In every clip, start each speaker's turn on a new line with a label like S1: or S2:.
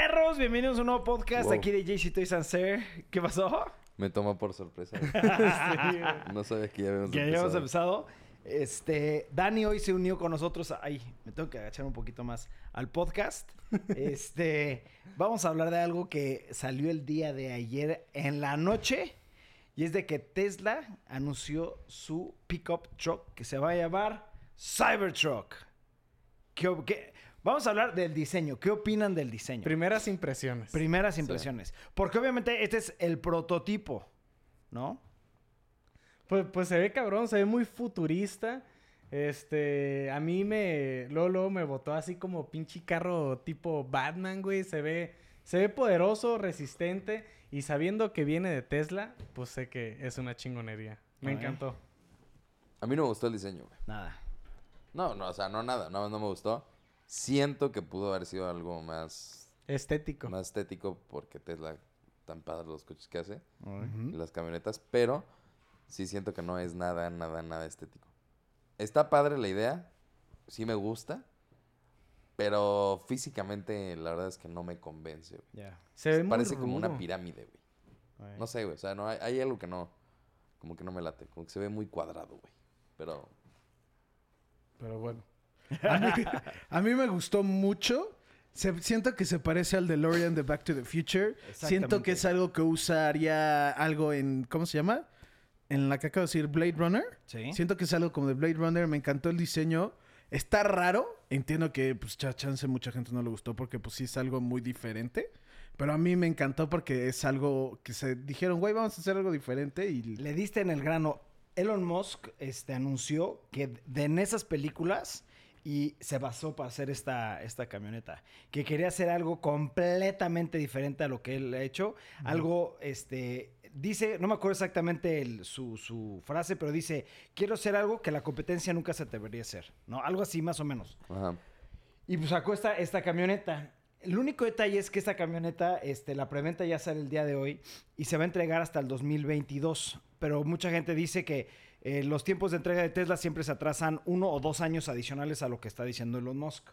S1: amigos, bienvenidos a un nuevo podcast
S2: Wow.
S1: aquí de JC Toys and Sir. ¿Qué pasó?
S2: Me toma por sorpresa.
S1: Sí, güey.
S2: No sabes que ya habíamos
S1: que ya hemos empezado.
S2: empezado.
S1: Este, Dani hoy se unió con nosotros. Ay, me tengo que agachar un poquito más al podcast. Este, vamos a hablar de algo que salió el día de ayer en la noche. Y es de que Tesla anunció su pickup truck que se va a llamar Cybertruck. ¿Qué op- qué? Vamos a hablar del diseño. ¿Qué opinan del diseño?
S3: Primeras impresiones.
S1: Primeras impresiones. Porque obviamente este es el prototipo, ¿no?
S3: pues, pues se ve cabrón, se ve muy futurista. Este, a mí me, luego, luego me botó así como pinche carro tipo Batman, güey. Se ve, se ve poderoso, resistente y sabiendo que viene de Tesla, pues sé que es una chingonería. Me
S1: Ah, ¿eh?
S3: encantó.
S2: A mí no me gustó el diseño, güey.
S1: Nada.
S2: No, no, o sea, no nada. Nada más no me gustó. Siento que pudo haber sido algo más,
S3: Estético.
S2: más estético porque Tesla tan padre los coches que hace.
S1: Ujú.
S2: y las camionetas, pero sí siento que no es nada, nada, nada estético. Está padre la idea, sí me gusta, pero físicamente la verdad es que no me convence. güey.
S1: Ya.
S3: Se ve muy
S2: Parece como una
S3: rudo.
S2: pirámide, güey.
S1: Ay.
S2: No sé, güey, o sea, no, hay, hay algo que no, como que no me late, como que se ve muy cuadrado, güey. Pero
S3: Pero bueno.
S4: A mí, a mí me gustó mucho. Se- siento que se parece al DeLorean de Back to the Future. Siento que es algo que usaría algo en... ¿Cómo se llama? En la que acabo de decir, Blade Runner.
S1: Sí.
S4: Siento que es algo como de Blade Runner. Me encantó el diseño. Está raro. Entiendo que, pues, cha- chance mucha gente no le gustó porque, pues, sí es algo muy diferente. Pero a mí me encantó porque es algo que se dijeron, güey, vamos a hacer algo diferente y...
S1: Le diste en el grano. Elon Musk este, anunció que de en esas películas y se basó para hacer esta, esta camioneta. Que quería hacer algo completamente diferente a lo que él ha hecho. Algo, este, dice, no me acuerdo exactamente el- su, su frase, pero dice, quiero hacer algo que la competencia nunca se debería hacer. ¿No? Algo así más o menos.
S2: ajá.
S1: Y pues sacó esta, esta camioneta. El único detalle es que esta camioneta, este, la preventa ya sale el día de hoy y se va a entregar hasta el 2022. Pero mucha gente dice que eh, los tiempos de entrega de Tesla siempre se atrasan uno o dos años adicionales a lo que está diciendo Elon Musk.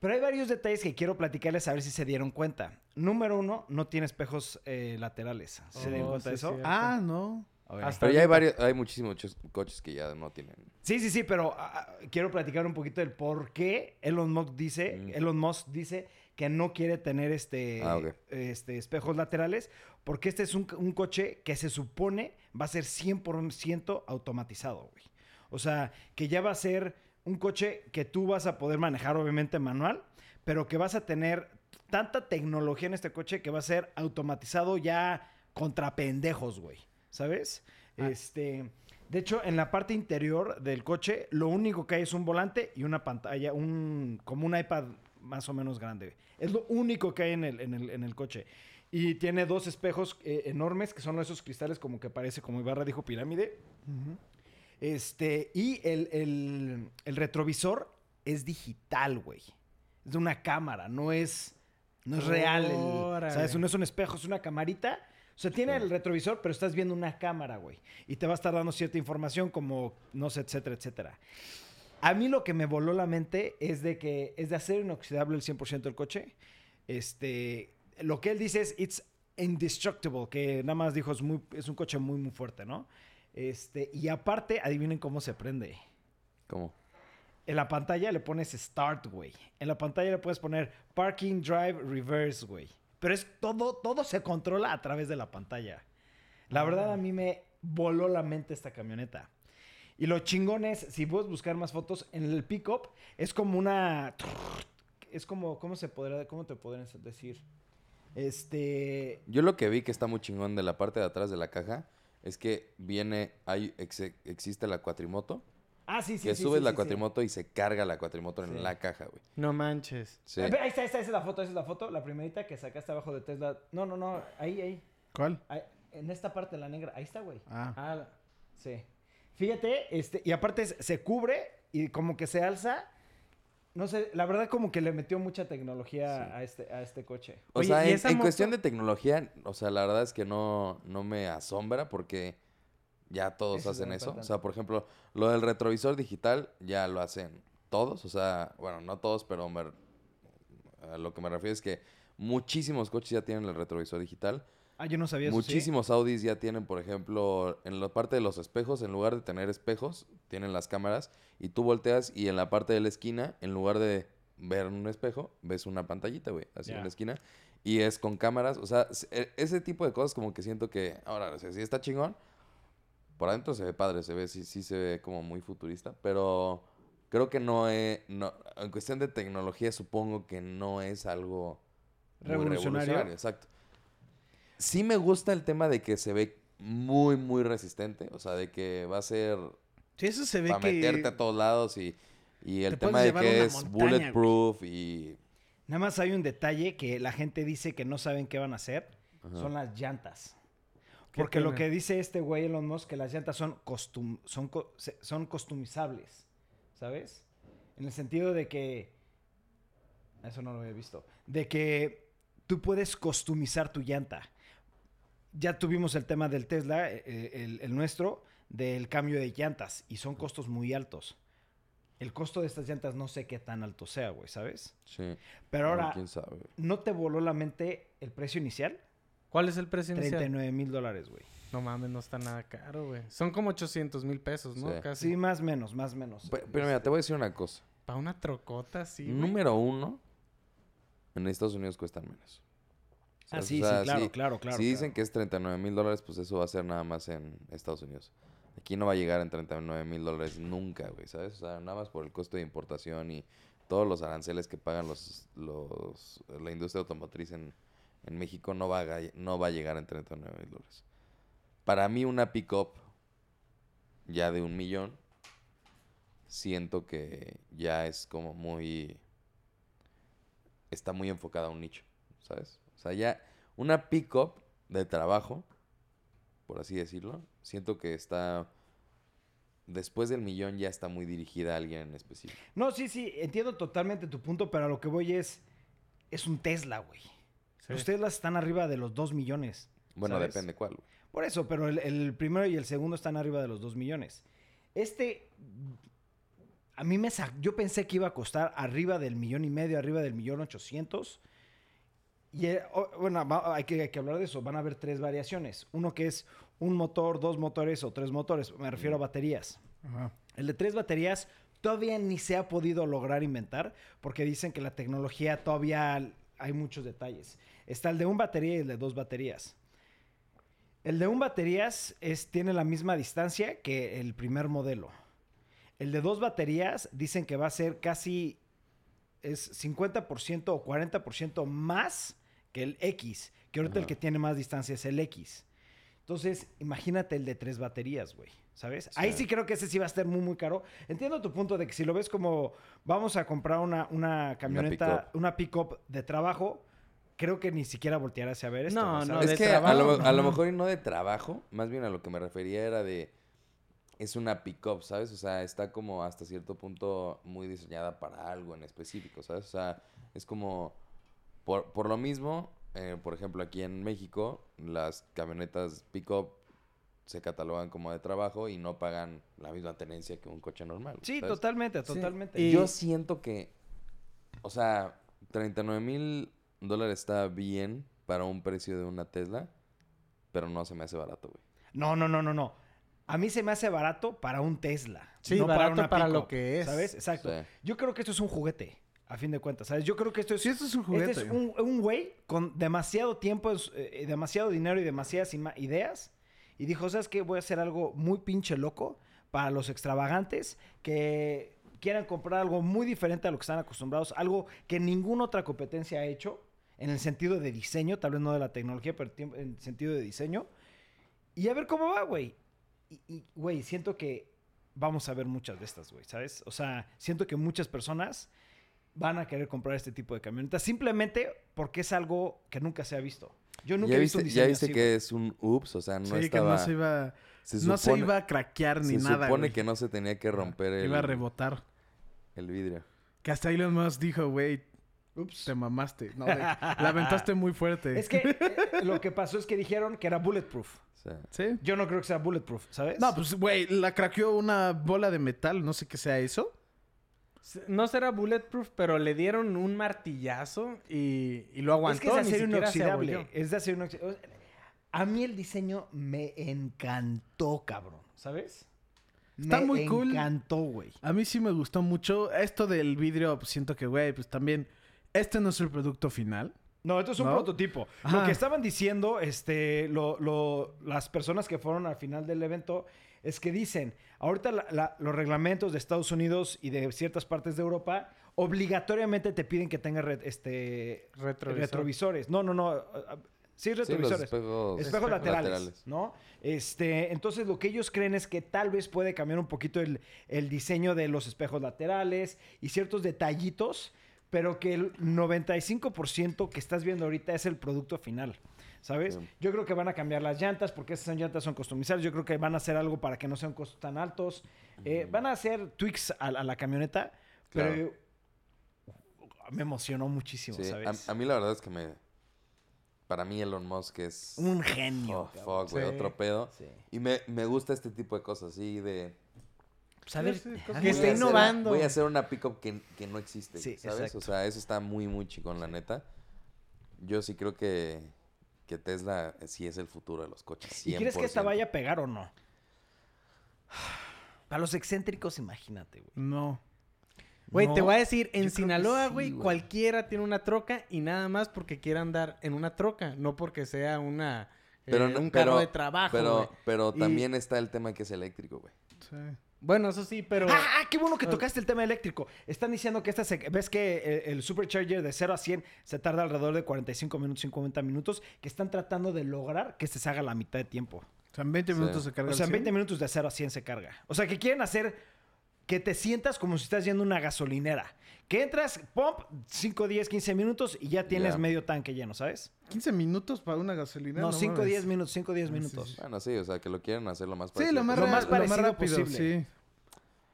S1: Pero hay varios detalles que quiero platicarles a ver si se dieron cuenta. Número uno, no tiene espejos eh, laterales. ¿Se dieron
S3: Oh,
S1: cuenta de
S3: sí,
S1: eso?
S3: sí.
S4: Ah, no.
S1: A ver.
S3: Hasta
S2: Pero ya hay
S3: ahorita.
S2: varios, hay muchísimos cho- coches que ya no tienen.
S1: Sí, sí, sí, pero ah, ah, quiero platicar un poquito del por qué Elon Musk dice,
S2: Mm.
S1: Elon Musk dice que no quiere tener este,
S2: Ah, ok.
S1: este espejos laterales porque este es un, un coche que se supone va a ser 100% automatizado, güey. O sea, que ya va a ser un coche que tú vas a poder manejar obviamente manual, pero que vas a tener tanta tecnología en este coche que va a ser automatizado ya contra pendejos, güey. ¿Sabes?
S3: Ah.
S1: Este, de hecho, en la parte interior del coche, lo único que hay es un volante y una pantalla, un como un iPad más o menos grande. Es lo único que hay en el, en el, en el coche. Y tiene dos espejos eh, enormes que son esos cristales como que parece, como Ibarra dijo, pirámide. Este, y el, el- el retrovisor es digital, güey. Es de una cámara, no es, no es real. el- o sea,
S3: Órale.
S1: es un- no es un espejo, es una camarita. O sea, tiene el retrovisor, pero estás viendo una cámara, güey. Y te va a estar dando cierta información como, no sé, etcétera, etcétera. A mí lo que me voló la mente es de que es de acero inoxidable el 100% del coche. Este, lo que él dice es it's indestructible, que nada más dijo es muy es un coche muy muy fuerte, ¿no? Este, y aparte, adivinen cómo se prende.
S2: ¿Cómo?
S1: En la pantalla le pones start, güey. En la pantalla le puedes poner parking, drive, reverse, güey. Pero es todo, todo se controla a través de la pantalla. La
S2: Ah.
S1: verdad, a mí me voló la mente esta camioneta. Y lo chingón es, si puedes buscar más fotos, en el pickup es como una. Es como, ¿cómo se podrá, cómo te podrían decir? Este.
S2: Yo lo que vi que está muy chingón de la parte de atrás de la caja es que viene, hay, ex- existe la cuatrimoto.
S1: Ah, sí, sí.
S2: que
S1: sí,
S2: subes
S1: sí,
S2: la
S1: sí, sí.
S2: cuatrimoto y se carga la cuatrimoto
S1: Sí.
S2: en la caja, güey.
S3: No manches.
S2: Sí.
S1: Ah, ve, Ahí está, ahí está, esa es la foto, esa es la foto. La primerita que sacaste abajo de Tesla. No, no, no, ahí, ahí.
S4: ¿Cuál?
S1: Ahí, en esta parte, la negra. Ahí está, güey.
S4: Ah.
S3: Ah, la-
S1: Sí. Fíjate, este, y aparte es- se cubre y como que se alza. No sé, la verdad como que le metió mucha tecnología a, este, a este coche.
S2: O
S3: Oye,
S2: sea,
S3: ¿y
S2: en,
S3: esa
S2: en
S3: moto?
S2: cuestión de tecnología, o sea, la verdad es que no, no me asombra porque ya todos
S1: Eso es
S2: hacen
S1: lo
S2: eso. O
S1: importante.
S2: sea, por ejemplo, lo del retrovisor digital ya lo hacen todos. O sea, bueno, no todos, pero me- a lo que me refiero es que Muchísimos coches ya tienen el retrovisor digital.
S1: Ah, yo no sabía eso. ¿sí?
S2: Muchísimos Audis ya tienen, por ejemplo, en la parte de los espejos, en lugar de tener espejos, tienen las cámaras y tú volteas y en la parte de la esquina, en lugar de ver un espejo, ves una pantallita, güey, así
S1: Ya.
S2: en la esquina. Y es con cámaras, o sea, s- e- ese tipo de cosas como que siento que, ahora, o sea, sí está chingón. Por adentro se ve padre, se ve, sí, sí se ve como muy futurista, pero creo que no es, no, en cuestión de tecnología supongo que no es algo muy
S1: Revolucionario.
S2: exacto. Sí me gusta el tema de que se ve muy, muy resistente, o sea, de que va a ser
S4: Sí, eso se ve
S2: para
S4: que...
S2: meterte a todos lados y, y el
S4: te
S2: tema
S4: puedes
S2: de
S4: llevar
S2: que
S4: una
S2: es
S4: montaña, güey.
S2: bulletproof y...
S1: Nada más hay un detalle que la gente dice que no saben qué van a hacer.
S2: Ajá.
S1: Son las llantas.
S4: Qué
S1: Porque lo
S4: pena.
S1: que dice este güey Elon Musk, que las llantas son, costum son, co- se- son customizables, ¿sabes? En el sentido de que... Eso no lo había visto. De que tú puedes customizar tu llanta. Ya tuvimos el tema del Tesla, eh, eh, el, el nuestro, del cambio de llantas. Y son costos muy altos. El costo de estas llantas no sé qué tan alto sea, güey, ¿sabes?
S2: Sí.
S1: Pero
S2: Ay,
S1: ahora,
S2: ¿Quién sabe?
S1: ¿no te voló la mente el precio inicial?
S3: ¿Cuál es el precio inicial?
S1: 39 mil dólares, güey.
S3: No mames, no está nada caro, güey. Son como 800 mil pesos, ¿no?
S2: Sí.
S3: Casi.
S1: Sí, más menos, más menos.
S2: Pe- Pero mira, te voy a decir una cosa.
S3: Para una trocota, sí. güey.
S2: Número uno, en Estados Unidos cuestan menos.
S1: Ah,
S2: ¿Sabes?
S1: sí,
S2: O sea,
S1: sí, claro, claro, claro.
S2: si dicen
S1: claro.
S2: que es 39 mil dólares, pues eso va a ser nada más en Estados Unidos. Aquí no va a llegar en 39 mil dólares nunca, güey, ¿sabes? O sea, nada más por el costo de importación y todos los aranceles que pagan los, los, la industria automotriz en, en México no va, a, ga- no va a llegar en 39 mil dólares. Para mí una pick-up ya de un millón, siento que ya es como muy... Está muy enfocada a un nicho, ¿sabes? O sea, ya una pick-up de trabajo, por así decirlo, siento que está... Después del millón ya está muy dirigida a alguien en específico.
S1: No, sí, sí, entiendo totalmente tu punto, pero a lo que voy es. Es un Tesla, güey.
S3: Sí.
S1: Los Teslas están arriba de los 2 millones.
S2: Bueno,
S1: ¿sabes?
S2: depende cuál. güey.
S1: Por eso, pero el, el primero y el segundo están arriba de los 2 millones. Este. A mí me sa- Yo pensé que iba a costar arriba del millón y medio, arriba del millón ochocientos. Y eh, o- bueno, va- hay que, hay que hablar de eso. Van a haber tres variaciones. Uno que es un motor, dos motores o tres motores. Me refiero a baterías.
S4: Ajá.
S1: El de tres baterías todavía ni se ha podido lograr inventar porque dicen que la tecnología todavía hay muchos detalles. Está el de un batería y el de dos baterías. El de un baterías es, tiene la misma distancia que el primer modelo. El de dos baterías dicen que va a ser casi es 50% o 40% más que el X, que ahorita el
S2: Ajá.
S1: que tiene más distancia es el X. Entonces, imagínate el de tres baterías, güey, ¿sabes? Ahí
S2: Sí.
S1: sí creo que ese sí va a estar muy, muy caro. Entiendo tu punto de que si lo ves como vamos a comprar una, una camioneta,
S2: pick-up.
S1: una pick-up de trabajo, creo que ni siquiera voltearás a ver esto.
S3: No,
S1: güey,
S3: no,
S1: ¿sabes?
S2: es
S3: de
S2: que a, lo,
S3: trabajo,
S2: a lo
S3: no.
S2: mejor y no de trabajo, más bien a lo que me refería era de... Es una pick-up, ¿sabes? O sea, está como hasta cierto punto muy diseñada para algo en específico, ¿sabes? O sea, es como... Por, por lo mismo, eh, por ejemplo, aquí en México, las camionetas pick-up se catalogan como de trabajo y no pagan la misma tenencia que un coche normal.
S1: Sí,
S2: ¿sabes?
S1: totalmente,
S3: Sí.
S1: totalmente.
S3: Y-
S2: Yo siento que, o sea, 39 mil dólares está bien para un precio de una Tesla, pero no se me hace barato, güey.
S1: No, no, no, no, no. A mí se me hace barato para un Tesla.
S3: Sí,
S1: no
S3: barato para lo
S1: pick-up,
S3: que es.
S1: ¿Sabes? Exacto.
S2: Sí.
S1: Yo creo que esto es un juguete, a fin de cuentas, ¿sabes? Yo creo que esto es,
S4: Sí, esto es un juguete.
S1: Este es un, un güey con demasiado tiempo, en su- eh, demasiado dinero y demasiadas ima- ideas. Y dijo, ¿sabes qué? Voy a hacer algo muy pinche loco para los extravagantes que quieran comprar algo muy diferente a lo que están acostumbrados. Algo que ninguna otra competencia ha hecho en el sentido de diseño, tal vez no de la tecnología, pero tiem- en el sentido de diseño. Y a ver cómo va, güey. Y- Y, güey, siento que vamos a ver muchas de estas, güey, ¿sabes? O sea, siento que muchas personas van a querer comprar este tipo de camionetas simplemente porque es algo que nunca se ha visto. Yo nunca
S2: ya
S1: he visto
S2: viste,
S1: un
S2: ya
S1: diseño
S2: viste
S1: así,
S2: que
S1: güey.
S2: es un ups, o sea, no
S4: sí, que
S2: estaba...
S4: no se iba,
S2: se
S4: no se
S2: supone-
S4: iba a craquear ni
S2: se
S4: nada,
S2: supone
S4: güey.
S2: que no se tenía que romper el,
S4: Iba a rebotar.
S2: el vidrio.
S4: Que hasta Elon Musk dijo, güey,
S1: Ups.
S4: te mamaste. No, de- la aventaste muy fuerte.
S1: Es que eh, lo que pasó es que dijeron que era bulletproof.
S2: O sea,
S4: Sí. pues,
S1: Yo no creo que sea bulletproof, ¿sabes?
S4: No, pues, güey, la craqueó una bola de metal, no sé qué sea eso.
S3: se- no será bulletproof, pero le dieron un martillazo y, y lo
S1: Es que es de
S3: aguantó. ni
S1: acero
S3: siquiera se
S1: inoxidable.
S3: abolló.
S1: Es de acero inoxidable. A mí el diseño me encantó, cabrón. ¿Sabes?
S4: Está
S1: Me
S4: muy cool.
S1: Me encantó, güey.
S4: A mí sí me gustó mucho. Esto del vidrio, pues siento que, güey, pues también. Este no es el producto final.
S1: No, esto es un
S4: ¿No?
S1: prototipo. Lo
S4: Ajá.
S1: que estaban diciendo este, lo- lo- las personas que fueron al final del evento es que dicen, ahorita la- la- los reglamentos de Estados Unidos y de ciertas partes de Europa obligatoriamente te piden que tengas re- este,
S3: Retrovisor.
S1: retrovisores. No, no, no. ah, ah, Sí,
S2: Sí, los
S1: retrovisores.
S2: espejos,
S1: espejos laterales, ¿no? Este, entonces lo que ellos creen es que tal vez puede cambiar un poquito el, el diseño de los espejos laterales y ciertos detallitos, pero que el 95% que estás viendo ahorita es el producto final. ¿Sabes?
S2: Sí.
S1: Yo creo que van a cambiar las llantas porque esas son llantas son customizables. Yo creo que van a hacer algo para que no sean costos tan altos.
S2: Mm.
S1: Eh, van a hacer tweaks a, a la camioneta, pero me emocionó muchísimo,
S2: Sí,
S1: ¿sabes?
S2: A, a mí la verdad es que me... Para mí Elon Musk es...
S1: Un genio.
S2: Oh,
S1: cabrón.
S2: fuck, güey,
S3: Sí.
S2: otro pedo.
S1: Sí.
S2: Y me, me gusta este tipo de cosas, así de...
S1: Pues, a ver,
S3: Sí, sí,
S1: a ver,
S3: cosas Que
S2: Ah, voy
S3: esté
S2: a hacer-
S3: innovando.
S2: Voy a hacer una pickup que, que no existe,
S1: Sí,
S2: ¿sabes?
S1: exacto.
S2: O sea, eso está muy, muy chicón, la neta. Yo sí creo que, que Tesla sí es el futuro de los coches.
S1: ¿Y crees que esta
S2: 100%.
S1: vaya a pegar o no? Para los excéntricos, imagínate, güey.
S4: No.
S3: Güey, te
S1: No,
S3: voy a decir,
S2: creo
S3: en
S2: que
S3: Sinaloa,
S2: sí,
S3: güey,
S2: güey.
S3: cualquiera tiene una troca y nada más porque quiera andar en una troca, no porque sea una
S2: Pero,
S3: eh,
S2: no-
S3: un
S2: pero-
S3: carro de trabajo.
S2: Pero,
S3: güey.
S2: pero
S3: Y-
S2: también está el tema que es eléctrico, güey.
S4: Sí.
S3: Bueno, eso sí, pero
S1: Ah, ah, qué bueno que tocaste el tema eléctrico. Están diciendo que esta se- ves que eh, el, supercharger de 0 a 100 se tarda alrededor de 45 minutos, 50 minutos, que están tratando de lograr que este se haga a la mitad de tiempo.
S4: O sea, en 20
S2: Sí.
S4: minutos se carga
S1: O
S4: el
S1: sea, en
S4: 100.
S1: 20 minutos de 0 a 100 se carga. O sea, que quieren hacer que te sientas como si estás yendo a una gasolinera. Que entras, pump, 5, 10, 15 minutos y ya tienes
S2: Ya.
S1: medio tanque lleno, ¿sabes?
S4: 15 minutos para una gasolina.
S1: No, 5,
S4: mames.
S1: 10 minutos, 5, 10
S4: Ah, sí,
S1: minutos.
S4: sí.
S2: Bueno, sí, o sea, que lo quieren hacer Pues, lo más
S4: Sí, lo
S1: Lo
S2: posible.
S4: más,
S1: más
S4: ra- lo más
S1: parecido
S4: rápido,
S1: posible.
S4: sí.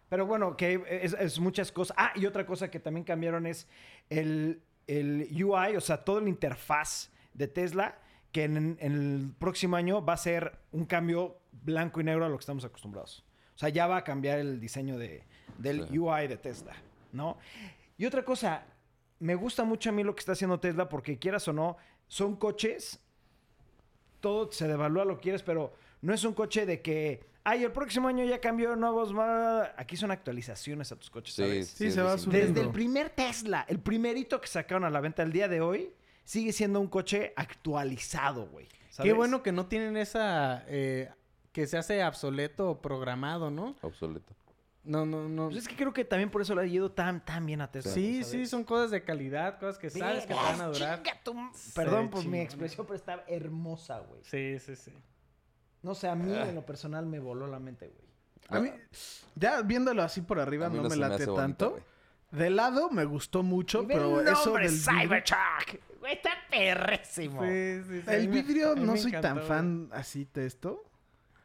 S1: Pero bueno, que es, es muchas cosas. Ah, y otra cosa que también cambiaron es el, el UI, o sea, toda la interfaz de Tesla, que en, en el próximo año va a ser un cambio blanco y negro a lo que estamos acostumbrados. O sea, ya va a cambiar el diseño de, del
S2: Sí.
S1: UI de Tesla, ¿no? Y otra cosa, me gusta mucho a mí lo que está haciendo Tesla porque quieras o no, son coches todo se devalúa lo que quieres, pero no es un coche de que, ay, el próximo año ya cambió nuevos. ma-". Aquí son actualizaciones a tus coches,
S2: Sí,
S1: ¿sabes?
S4: Sí,
S2: es
S4: se va
S2: distinto.
S1: Desde
S4: subiendo.
S1: el primer Tesla, el primerito que sacaron a la venta el día de hoy, sigue siendo un coche actualizado, güey.
S3: qué
S1: ¿sabes?
S3: bueno que no tienen esa eh, que se hace obsoleto o programado, ¿no?
S2: Obsoleto.
S3: No, no, no.
S1: Pues es que creo que también por eso le ha ido tan, tan bien a Tesla.
S3: Sí,
S1: ¿sabes?
S3: sí, son cosas de calidad, cosas que sabes que te van a durar.
S1: Chinga tu m-
S3: Se
S1: Perdón
S3: ve
S1: por mi
S3: chingón.
S1: expresión, pero está hermosa, güey.
S3: Sí, sí, sí.
S1: No sé, a mí
S3: Ah.
S1: en lo personal me voló la mente, güey.
S4: A mí, ya viéndolo así por
S2: A
S4: arriba,
S2: mí
S4: no, me
S2: se
S4: late
S2: hace bonito,
S4: tanto.
S2: güey.
S4: de lado me gustó mucho,
S1: Y ve
S4: pero
S1: el
S4: eso
S1: nombre
S4: del vidrio,
S1: Cybertruck. Güey, está perrísimo.
S3: Sí, sí, sí, a mí
S4: el
S3: me- a
S4: vidrio
S3: mí
S4: no
S3: me
S4: soy tan
S3: encantó,
S4: fan así de esto.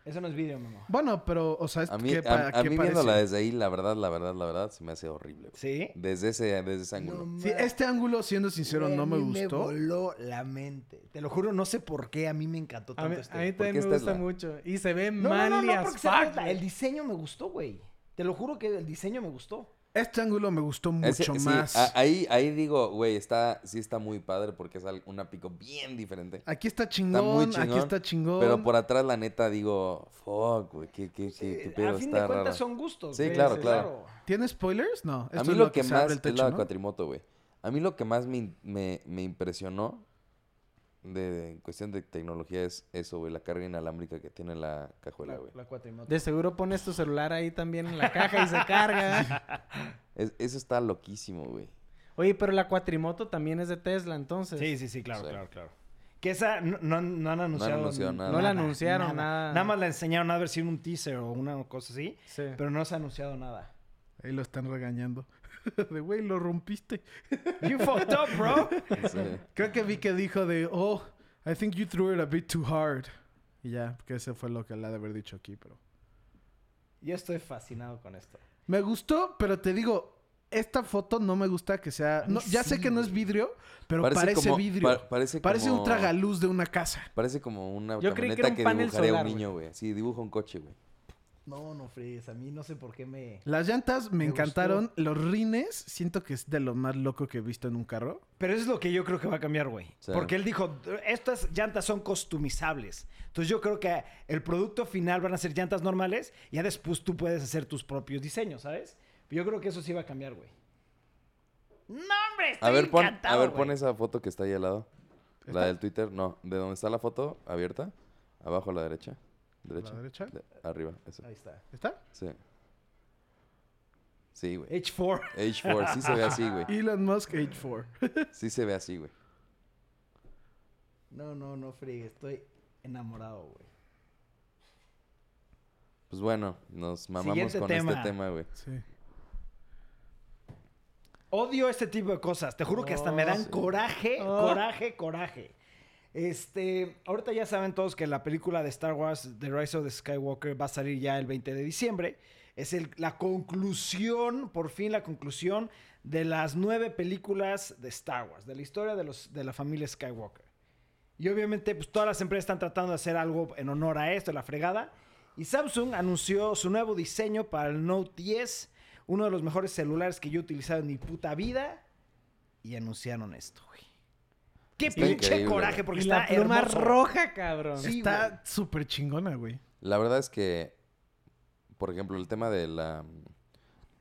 S1: Eso no es video, mamá.
S4: Bueno, pero o sea, es
S2: A mí,
S4: que pa-
S2: a, a
S4: ¿qué
S2: mí
S4: parece?
S2: viéndola desde ahí, la verdad, la verdad, la verdad, se me hace horrible. güey.
S1: ¿Sí?
S2: Desde ese, desde ese ángulo.
S4: Sí, este ángulo, siendo sincero,
S1: Güey, a
S4: no me
S1: mí
S4: gustó.
S1: voló la mente. Te lo juro, no sé por qué a mí me encantó
S3: A mí,
S1: tanto este.
S3: a mí
S2: ¿Por qué
S3: también me
S2: es
S3: gusta
S2: Tesla?
S3: mucho. Y se ve
S1: No, no, no,
S3: manly
S1: no,
S3: as
S1: porque se
S3: fuck,
S1: nota.
S3: güey.
S1: El diseño me gustó, güey. Te lo juro que el diseño me gustó.
S4: Este ángulo me gustó
S2: Ese-
S4: mucho
S2: sí,
S4: más.
S2: a- ahí, ahí digo, güey, está, sí está muy padre porque es al- una pico bien diferente.
S4: Aquí está
S2: Está
S4: chingón,
S2: muy chingón.
S4: aquí está chingón.
S2: Pero por atrás, la neta, digo, fuck, güey, qué, qué, qué, qué
S1: Eh,
S2: pedo
S1: a fin
S2: está
S1: de cuentas
S2: raro.
S1: son gustos.
S2: Sí,
S1: güey,
S2: claro,
S1: sí,
S2: claro.
S4: ¿Tiene spoilers? No.
S2: A
S4: esto
S2: mí
S4: es
S2: lo
S4: lo
S2: que
S4: se
S2: más
S4: abre el
S2: es la
S4: techo, ¿no?
S2: cuatrimoto, güey. A mí lo que más me, in- me- me impresionó de, de- en cuestión de tecnología es eso, güey, la carga inalámbrica que tiene la cajuela,
S1: La,
S2: güey.
S1: la cuatrimoto.
S3: De seguro pones tu celular ahí también en la caja y se carga.
S2: Es- eso está loquísimo, güey.
S3: Oye, pero la cuatrimoto también es de Tesla, entonces.
S1: Sí, sí, sí, claro,
S2: Sí.
S1: claro, claro. Que esa no, no han- no han anunciado,
S2: anunciado nada.
S3: No la anunciaron, nada.
S1: Nada más la enseñaron a ver si era un teaser o una cosa así,
S3: Sí.
S1: pero no se ha anunciado nada.
S4: Ahí lo están regañando. de güey, lo rompiste.
S1: You fucked up, bro.
S2: Sí.
S4: Creo que vi que dijo de, oh, I think you threw it a bit too hard. Y ya, que ese fue lo que le ha de haber dicho aquí, pero...
S1: Yo estoy fascinado con esto.
S4: Me gustó, pero te digo, esta foto no me gusta que sea...
S1: mí
S4: no, ya
S1: sí,
S4: sé que no es
S1: güey.
S4: vidrio, pero
S2: Parece
S4: parece,
S2: como-
S4: vidrio.
S2: pa- parece
S4: parece
S2: como-
S4: un tragaluz de una casa.
S2: Parece como una
S3: Yo creí que
S2: camioneta
S3: era un
S2: que,
S3: panel
S2: dibujaría
S3: solar,
S2: un
S3: güey.
S2: niño, güey. Sí, dibuja un coche, güey.
S1: No, no fregues. A mí no sé por qué me...
S4: Las llantas me,
S1: Me
S4: encantaron. Los rines, siento que es de lo más loco que he visto en un carro.
S1: Pero eso es lo que yo creo que va a cambiar, güey.
S2: Sí.
S1: Porque él dijo, estas llantas son customizables. Entonces yo creo que el producto final van a ser llantas normales y ya después tú puedes hacer tus propios diseños, ¿sabes? Yo creo que eso sí va a cambiar, güey. No, hombre, estoy
S2: A ver, pon, a
S1: encantado,
S2: ver,
S1: güey.
S2: pon esa foto que está ahí al lado. La del Twitter, no. De donde está la foto abierta, abajo a la derecha. Derecha.
S4: derecha?
S2: De- arriba, eso.
S1: Ahí está.
S4: ¿Está?
S2: Sí. Sí, güey.
S1: H4.
S2: H4, sí se ve así, güey.
S4: Elon Musk H4.
S2: Sí se ve así, güey.
S1: No, no, no fregues. Estoy enamorado, güey.
S2: Pues bueno, nos mamamos
S1: Siguiente
S2: con
S1: tema.
S2: este tema, güey.
S4: Sí.
S1: Odio este tipo de cosas. Te juro que hasta me dan
S2: Oh.
S1: coraje,
S3: Oh.
S1: coraje, coraje. Este, ahorita ya saben todos que la película de Star Wars, The Rise of the Skywalker, va a salir ya el 20 de diciembre. Es el- la conclusión, por fin la conclusión de las nueve películas de Star Wars, de la historia de, los, de la familia Skywalker. Y obviamente, pues todas las empresas están tratando de hacer algo en honor a esto, la fregada. Y Samsung anunció su nuevo diseño para el Note 10, uno de los mejores celulares que yo he utilizado en mi puta vida. Y anunciaron esto, güey. ¡Qué
S2: Está
S1: pinche
S2: increíble,
S1: coraje!
S2: güey.
S1: Porque
S3: y
S1: está
S3: la pluma
S1: hermoso.
S3: roja, cabrón.
S1: Sí, güey.
S4: Está súper chingona, güey.
S2: La verdad es que, por ejemplo, el tema de la...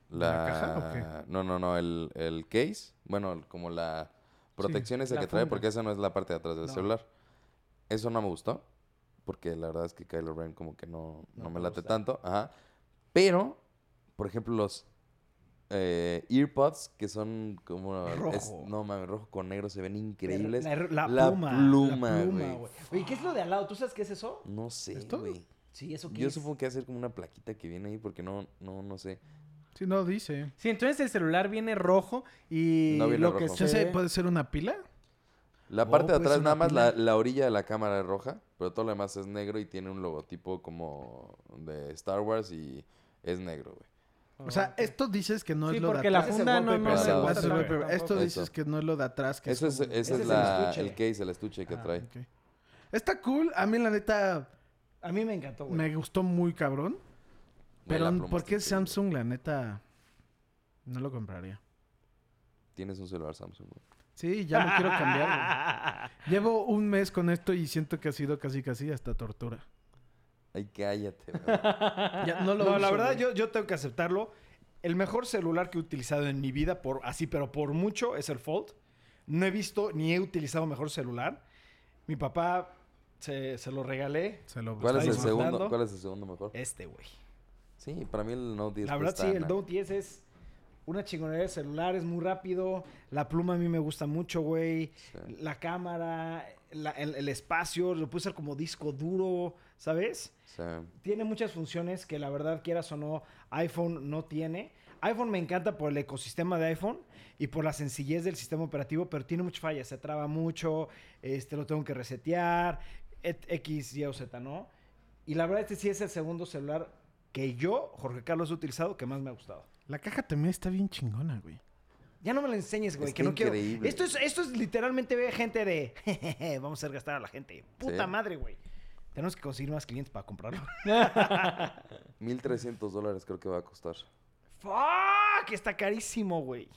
S2: La,
S4: ¿La caja
S2: No, no, no, el, el case. Bueno, el- como la protección esa
S3: la
S2: que trae,
S3: funda.
S2: porque esa no es la parte de atrás del
S1: No.
S2: celular. Eso no me gustó, porque la verdad es que Kylo Ren como que no, no
S1: No
S2: me
S1: te
S2: late
S1: gusta.
S2: tanto. Ajá. Pero, por ejemplo, los eh, earpods, que son como... es-
S1: Rojo.
S2: no mames, rojo con negro, se ven increíbles.
S1: La, la
S2: La
S1: pluma.
S2: pluma,
S1: la pluma,
S2: güey.
S1: güey. Oye, ¿qué es lo de al lado? ¿Tú sabes qué es eso?
S2: No sé,
S4: ¿Esto?
S2: güey.
S1: Sí, eso qué
S2: Yo
S1: es?
S2: supongo que va a ser como una plaquita que viene ahí porque no, no, no sé.
S4: Sí, no dice.
S3: Sí, entonces el celular viene rojo y
S2: No viene
S3: lo que
S2: rojo.
S3: se
S4: Chance,
S3: ve-
S4: ¿Puede ser una pila?
S2: La
S4: Oh,
S2: parte de
S4: pues,
S2: atrás,
S4: una
S2: nada más la,
S4: pila.
S2: la orilla de la cámara es roja, pero todo lo demás es negro y tiene un logotipo como de Star Wars y es negro, güey.
S4: O sea, esto dices que no
S3: Sí,
S4: es lo de
S3: porque la
S4: atrás.
S1: Ese es el
S3: funda no me
S1: wallpaper.
S2: Ah,
S3: gusta
S2: ese es el
S3: tampoco.
S1: wallpaper.
S4: Esto
S2: Eso.
S4: dices que no es lo de atrás. Que
S2: Eso es,
S4: como-
S2: ese es,
S1: es el
S2: la- el,
S1: estuche.
S2: case, el estuche que
S1: Ah,
S2: trae.
S4: Ok. Está cool. A mí, la neta,
S1: A mí me encantó, güey.
S4: me gustó muy cabrón.
S2: Güey, la
S4: Pero,
S2: pluma
S4: ¿por
S2: está
S4: qué
S2: increíble.
S4: Samsung, la neta, no lo compraría?
S2: Tienes un celular Samsung, güey.
S4: Sí, ya lo quiero cambiar. güey. Llevo un mes con esto y siento que ha sido casi, casi hasta tortura.
S2: Ay, cállate, güey.
S4: Ya, no lo
S1: No, la
S4: uso,
S1: verdad,
S4: güey.
S1: yo, yo tengo que aceptarlo. El mejor celular que he utilizado en mi vida, por así, pero por mucho, es el Fold. No he visto ni he utilizado mejor celular. Mi papá se, se lo regalé.
S4: Se lo Eh,
S2: ¿Cuál es el
S1: ¿Estáis
S2: segundo?
S1: disfrutando?
S2: ¿Cuál es el segundo mejor?
S1: Este, güey.
S2: Sí, para mí el Note 10
S1: La verdad, sí,
S2: está,
S1: el
S2: nah.
S1: Note 10 es una chingonería de celular, es muy rápido. La pluma a mí me gusta mucho, güey.
S2: Sí.
S1: La cámara, la- el, el espacio, lo puse como disco duro, ¿sabes?
S2: Sí.
S1: tiene muchas funciones que la verdad quieras o no, iPhone no tiene. iPhone me encanta por el ecosistema de iPhone y por la sencillez del sistema operativo, pero tiene muchas fallas, se traba mucho, este lo tengo que resetear, et- X, Y o Z, ¿no? Y la verdad este sí es el segundo celular que yo, Jorge Carlos, he utilizado que más me ha gustado.
S4: La caja también está bien chingona, güey.
S1: Ya no me lo enseñes, güey,
S2: Está
S1: que no quiero.
S2: increíble.
S1: Esto es, esto es literalmente ve gente de, "Jejeje, vamos a hacer gastar a la gente. Puta
S2: Sí.
S1: madre, güey. Tenemos que conseguir más clientes para comprarlo.
S2: 1300 dólares creo que va a costar.
S1: ¡Fuck! Está carísimo, güey.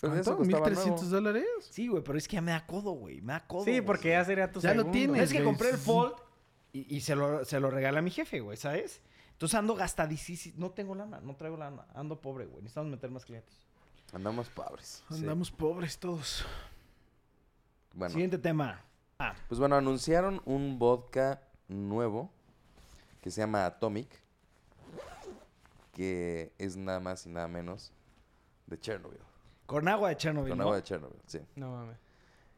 S2: Pero eso
S4: ¿Cuánto?
S2: costaba
S4: ¿1.300
S2: nuevo.
S4: dólares?
S1: Sí, güey, pero es que ya me da codo, güey. Me da codo.
S3: Sí,
S1: güey.
S3: porque ya sería tu
S4: Ya lo
S3: segundo.
S4: tienes.
S1: Es que
S4: güey,
S1: compré el
S4: sí.
S1: Fold y, y se, lo, se lo regalé a mi jefe, güey, ¿sabes? Entonces ando gastadísimo. No tengo lana, no traigo lana. Ando pobre, güey. Necesitamos meter más clientes.
S2: Andamos pobres. sí.
S4: Andamos pobres todos.
S2: Bueno,
S1: Siguiente tema.
S2: Pues bueno, anunciaron un vodka nuevo que se llama Atomic, que es nada más y nada menos de Chernobyl.
S1: Con agua de Chernobyl.
S2: Con
S1: ¿no?
S2: agua de Chernobyl, sí.
S3: No mames.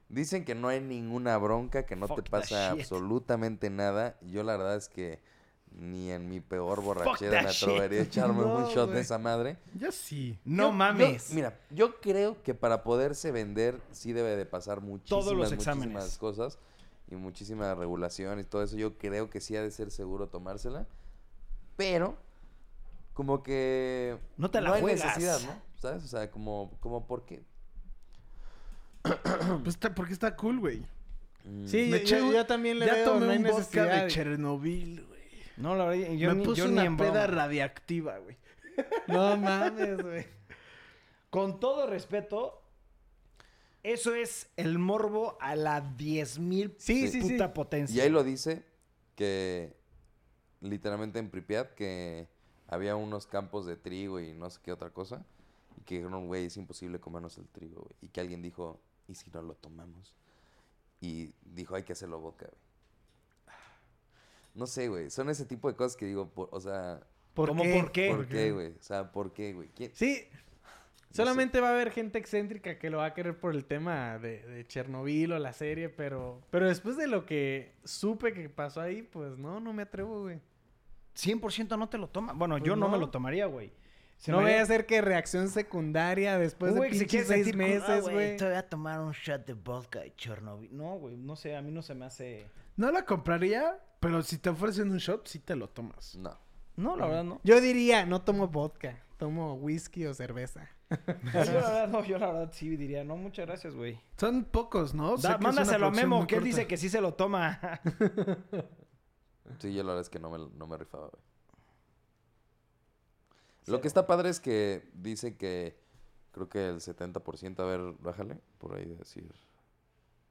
S2: Dicen que no hay ninguna bronca, que no
S1: Fuck
S2: te
S1: that
S2: pasa
S1: shit.
S2: absolutamente nada. Yo la verdad es que ni en mi peor borrachera
S1: that
S2: me
S1: shit.
S2: atrevería a echarme un
S4: No,
S2: shot de
S4: güey.
S2: esa madre.
S4: Ya sí.
S1: No
S2: Yo- yo-
S1: mames.
S2: mira, yo creo que para poderse vender sí debe de pasar muchísimas,
S1: Todos los exámenes.
S2: muchísimas cosas y muchísima regulación y todo eso. Yo creo que sí ha de ser seguro tomársela, pero como que
S1: No te la
S2: hay
S1: juegas.
S2: necesidad, ¿no? ¿Sabes? O sea, como, como por qué.
S4: Pues está, porque está cool, güey.
S2: Mm,
S3: Sí,
S4: Me
S3: yo,
S4: eché
S3: yo-
S4: un-
S3: yo también le
S4: ya
S3: veo,
S4: tomé
S3: no hay
S4: un vodka
S3: necesidad.
S4: de Chernobyl, güey.
S1: No, la verdad, yo
S4: me
S1: ni,
S4: puse
S1: yo ni
S4: una
S1: en broma.
S4: peda radiactiva, güey.
S3: No mames, güey.
S1: Con todo respeto, eso es el morbo a la 10.000 mil
S3: Sí, sí, sí.
S1: puta potencia.
S2: Y ahí lo dice que literalmente en Pripyat que había unos campos de trigo y no sé qué otra cosa. Y que dijeron, güey, es imposible comernos el trigo, güey. Y que alguien dijo, ¿y si no lo tomamos? Y dijo, hay que hacerlo boca, güey. No sé, güey. Son ese tipo de cosas que digo, por- o sea,
S1: ¿Por
S3: ¿Cómo
S1: qué?
S3: por qué?
S2: ¿por qué, güey? O sea, ¿por qué, güey? ¿Quién-
S3: Sí.
S2: sé.
S3: Solamente va a haber gente excéntrica que lo va a querer por el tema de, de Chernobyl o la serie, pero, pero después de lo que supe que pasó ahí, pues no, no me atrevo, güey.
S1: 100% no te lo toma. Bueno,
S3: Pues
S1: yo no. me
S3: no.
S1: lo tomaría, güey. Se
S3: No
S1: me
S3: vaya
S1: haría-
S3: a ser que reacción secundaria después de
S1: Güey, que se
S3: pinches
S1: quiere
S3: seis
S1: sentir cool. Ah,
S3: meses, güey.
S1: Te voy a tomar un shot de vodka de Chernobyl. No, güey, no sé, a mí no se me hace...
S4: No la compraría, pero si te ofrecen un shot, sí te lo tomas.
S2: No.
S1: No, la verdad no.
S3: Yo diría, no tomo vodka, tomo whisky o cerveza.
S1: yo la verdad no, yo la verdad sí diría, no, muchas gracias, güey.
S4: Son pocos, ¿no? Sé
S1: Da-
S4: que es una
S1: mándaselo a
S4: producción
S1: Memo,
S4: muy
S1: que él
S4: corta.
S1: dice que sí se lo toma.
S2: Sí, yo la verdad es que no me, no me rifaba, güey. Lo que está padre es que dice que creo que el 70%, a ver, bájale, por ahí decir.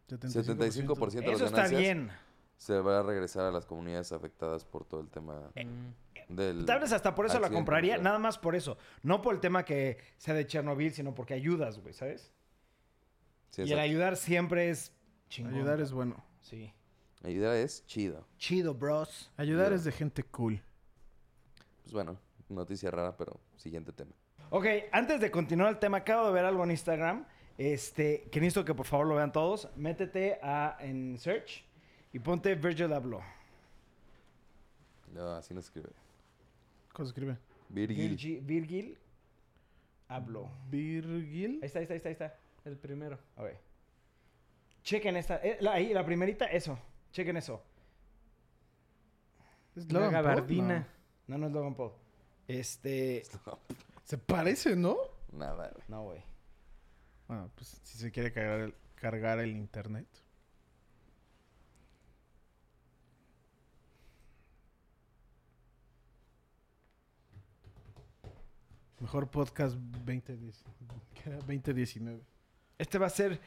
S2: 75%, de las
S1: Eso está
S2: ganancias
S1: bien.
S2: se va a regresar a las comunidades afectadas por todo el tema del...
S1: Eh, Tal vez hasta por eso la
S2: accidente
S1: compraría,
S2: nuclear.
S1: nada más por eso. No por el tema que sea de Chernobyl, sino porque ayudas, güey, ¿sabes? y
S2: Sí,
S1: el
S2: exacto.
S1: ayudar siempre es chingón.
S4: Ayudar
S1: cabrón.
S4: es bueno.
S1: Sí.
S2: Ayudar es chido.
S1: Chido, bros.
S4: Ayudar
S2: Yeah.
S4: es de gente cool.
S2: Pues bueno, noticia rara, pero siguiente tema.
S1: Ok, antes de continuar el tema, acabo de ver algo en Instagram. Este, que necesito que por favor lo vean todos. Métete a, en search y ponte Virgil Abloh.
S2: No, así no escribe.
S4: ¿Cómo se escribe?
S2: Virgil.
S1: Virgi- Virgil Abloh.
S4: Virgil.
S1: Ahí está, ahí está, ahí está, ahí está.
S3: El primero.
S1: A ver. Chequen esta. eh, la- ahí, la primerita, eso. Chequen eso.
S4: ¿Es
S3: La
S4: Logan Paul?
S3: gabardina.
S1: No, no es Logan Paul. Este.
S4: No. Se parece, ¿no?
S2: Nada, güey.
S1: No, güey.
S4: Bueno, pues si se quiere cargar el, cargar el internet. Mejor podcast 2010 ¿qué era? 2019.
S1: Este va a ser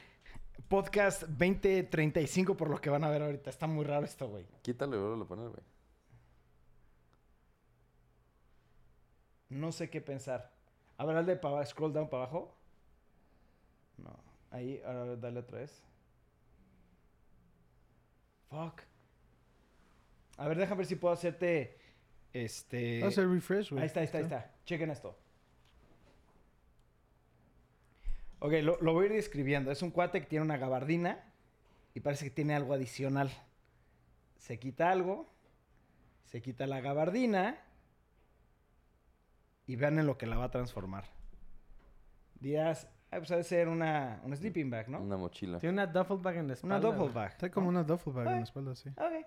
S1: podcast 2035 por lo que van a ver ahorita. Está muy raro esto, güey.
S2: Quítalo y vuelvo a poner, güey.
S1: No sé qué pensar. A ver, dale para scroll down para abajo. No. Ahí, ahora dale otra vez. Fuck. A ver, déjame ver si puedo hacerte. Este.
S4: Vamos a hacer refresh, güey.
S1: Ahí está, ahí está, ahí está. Chequen esto. Ok, lo, lo voy a ir describiendo. Es un cuate que tiene una gabardina y parece que tiene algo adicional. Se quita algo, se quita la gabardina y vean en lo que la va a transformar. Dirás, ah, pues ha de ser una, un sleeping bag, ¿no?
S2: Una mochila.
S3: Tiene una duffel bag en la espalda.
S1: Una duffel
S3: güey.
S1: bag.
S4: Está como una duffel bag en la espalda, sí.
S1: Ok.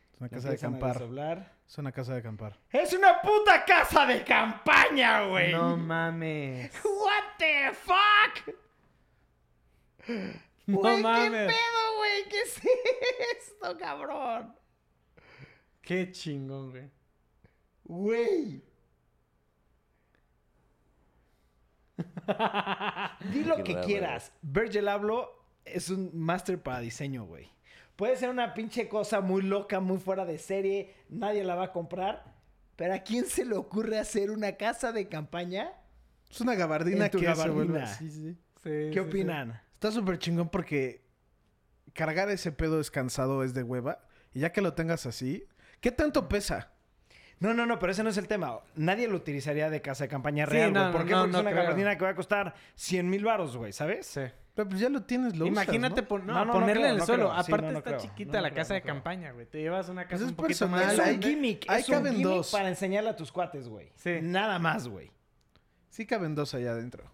S4: Es una
S1: La
S4: casa de
S1: empiezan a
S4: acampar.
S1: desdoblar.
S4: Es una casa de acampar.
S1: Es una puta casa de campaña, güey.
S3: No mames.
S1: What the fuck?
S3: No
S1: Güey, ¿Qué
S3: mames.
S1: pedo, güey? ¿Qué es esto, cabrón?
S3: Qué chingón, güey.
S1: Güey. Di lo
S2: Qué
S1: que
S2: raro,
S1: quieras. Virgil Abloh es un máster para diseño, güey. Puede ser una pinche cosa muy loca, muy fuera de serie. Nadie la va a comprar. Pero ¿a quién se le ocurre hacer una casa de campaña?
S4: Es una gabardina
S1: En tu
S4: que se vuelve-
S1: gabardina.
S4: Sí, sí.
S3: Sí, sí, sí.
S1: ¿Qué opinan?
S4: Está súper chingón porque cargar ese pedo descansado es de hueva. Y ya que lo tengas así, ¿qué tanto pesa?
S1: No, no, no, pero ese no es el tema. Nadie lo utilizaría de casa de campaña
S3: Sí,
S1: real, güey.
S3: no,
S1: ¿Por
S3: no,
S1: qué?
S3: no,
S1: Porque
S3: no
S1: es una
S3: creo.
S1: gabardina que va a costar 100 mil baros, güey, ¿sabes?
S3: Sí.
S4: Pero pues ya lo tienes, lo usas,
S3: Imagínate
S4: ¿no?
S3: pon- no,
S1: No, no, no
S3: ponerle
S1: creo,
S3: en el
S1: no
S3: suelo.
S1: creo. Sí,
S3: Aparte
S1: no, no
S3: está
S1: creo.
S3: chiquita
S1: No, no
S3: la
S1: creo,
S3: casa
S1: no
S3: de
S1: creo.
S3: campaña, güey. Te llevas una casa
S4: Pues es
S3: un poquito
S4: personal,
S3: más
S1: Es
S4: Ahí-
S1: un
S3: grande.
S1: gimmick.
S4: ahí
S1: es un
S4: caben
S1: gimmick
S4: dos.
S1: para enseñarle a tus cuates, güey.
S3: Sí.
S1: Nada más, güey.
S4: Sí caben dos allá adentro.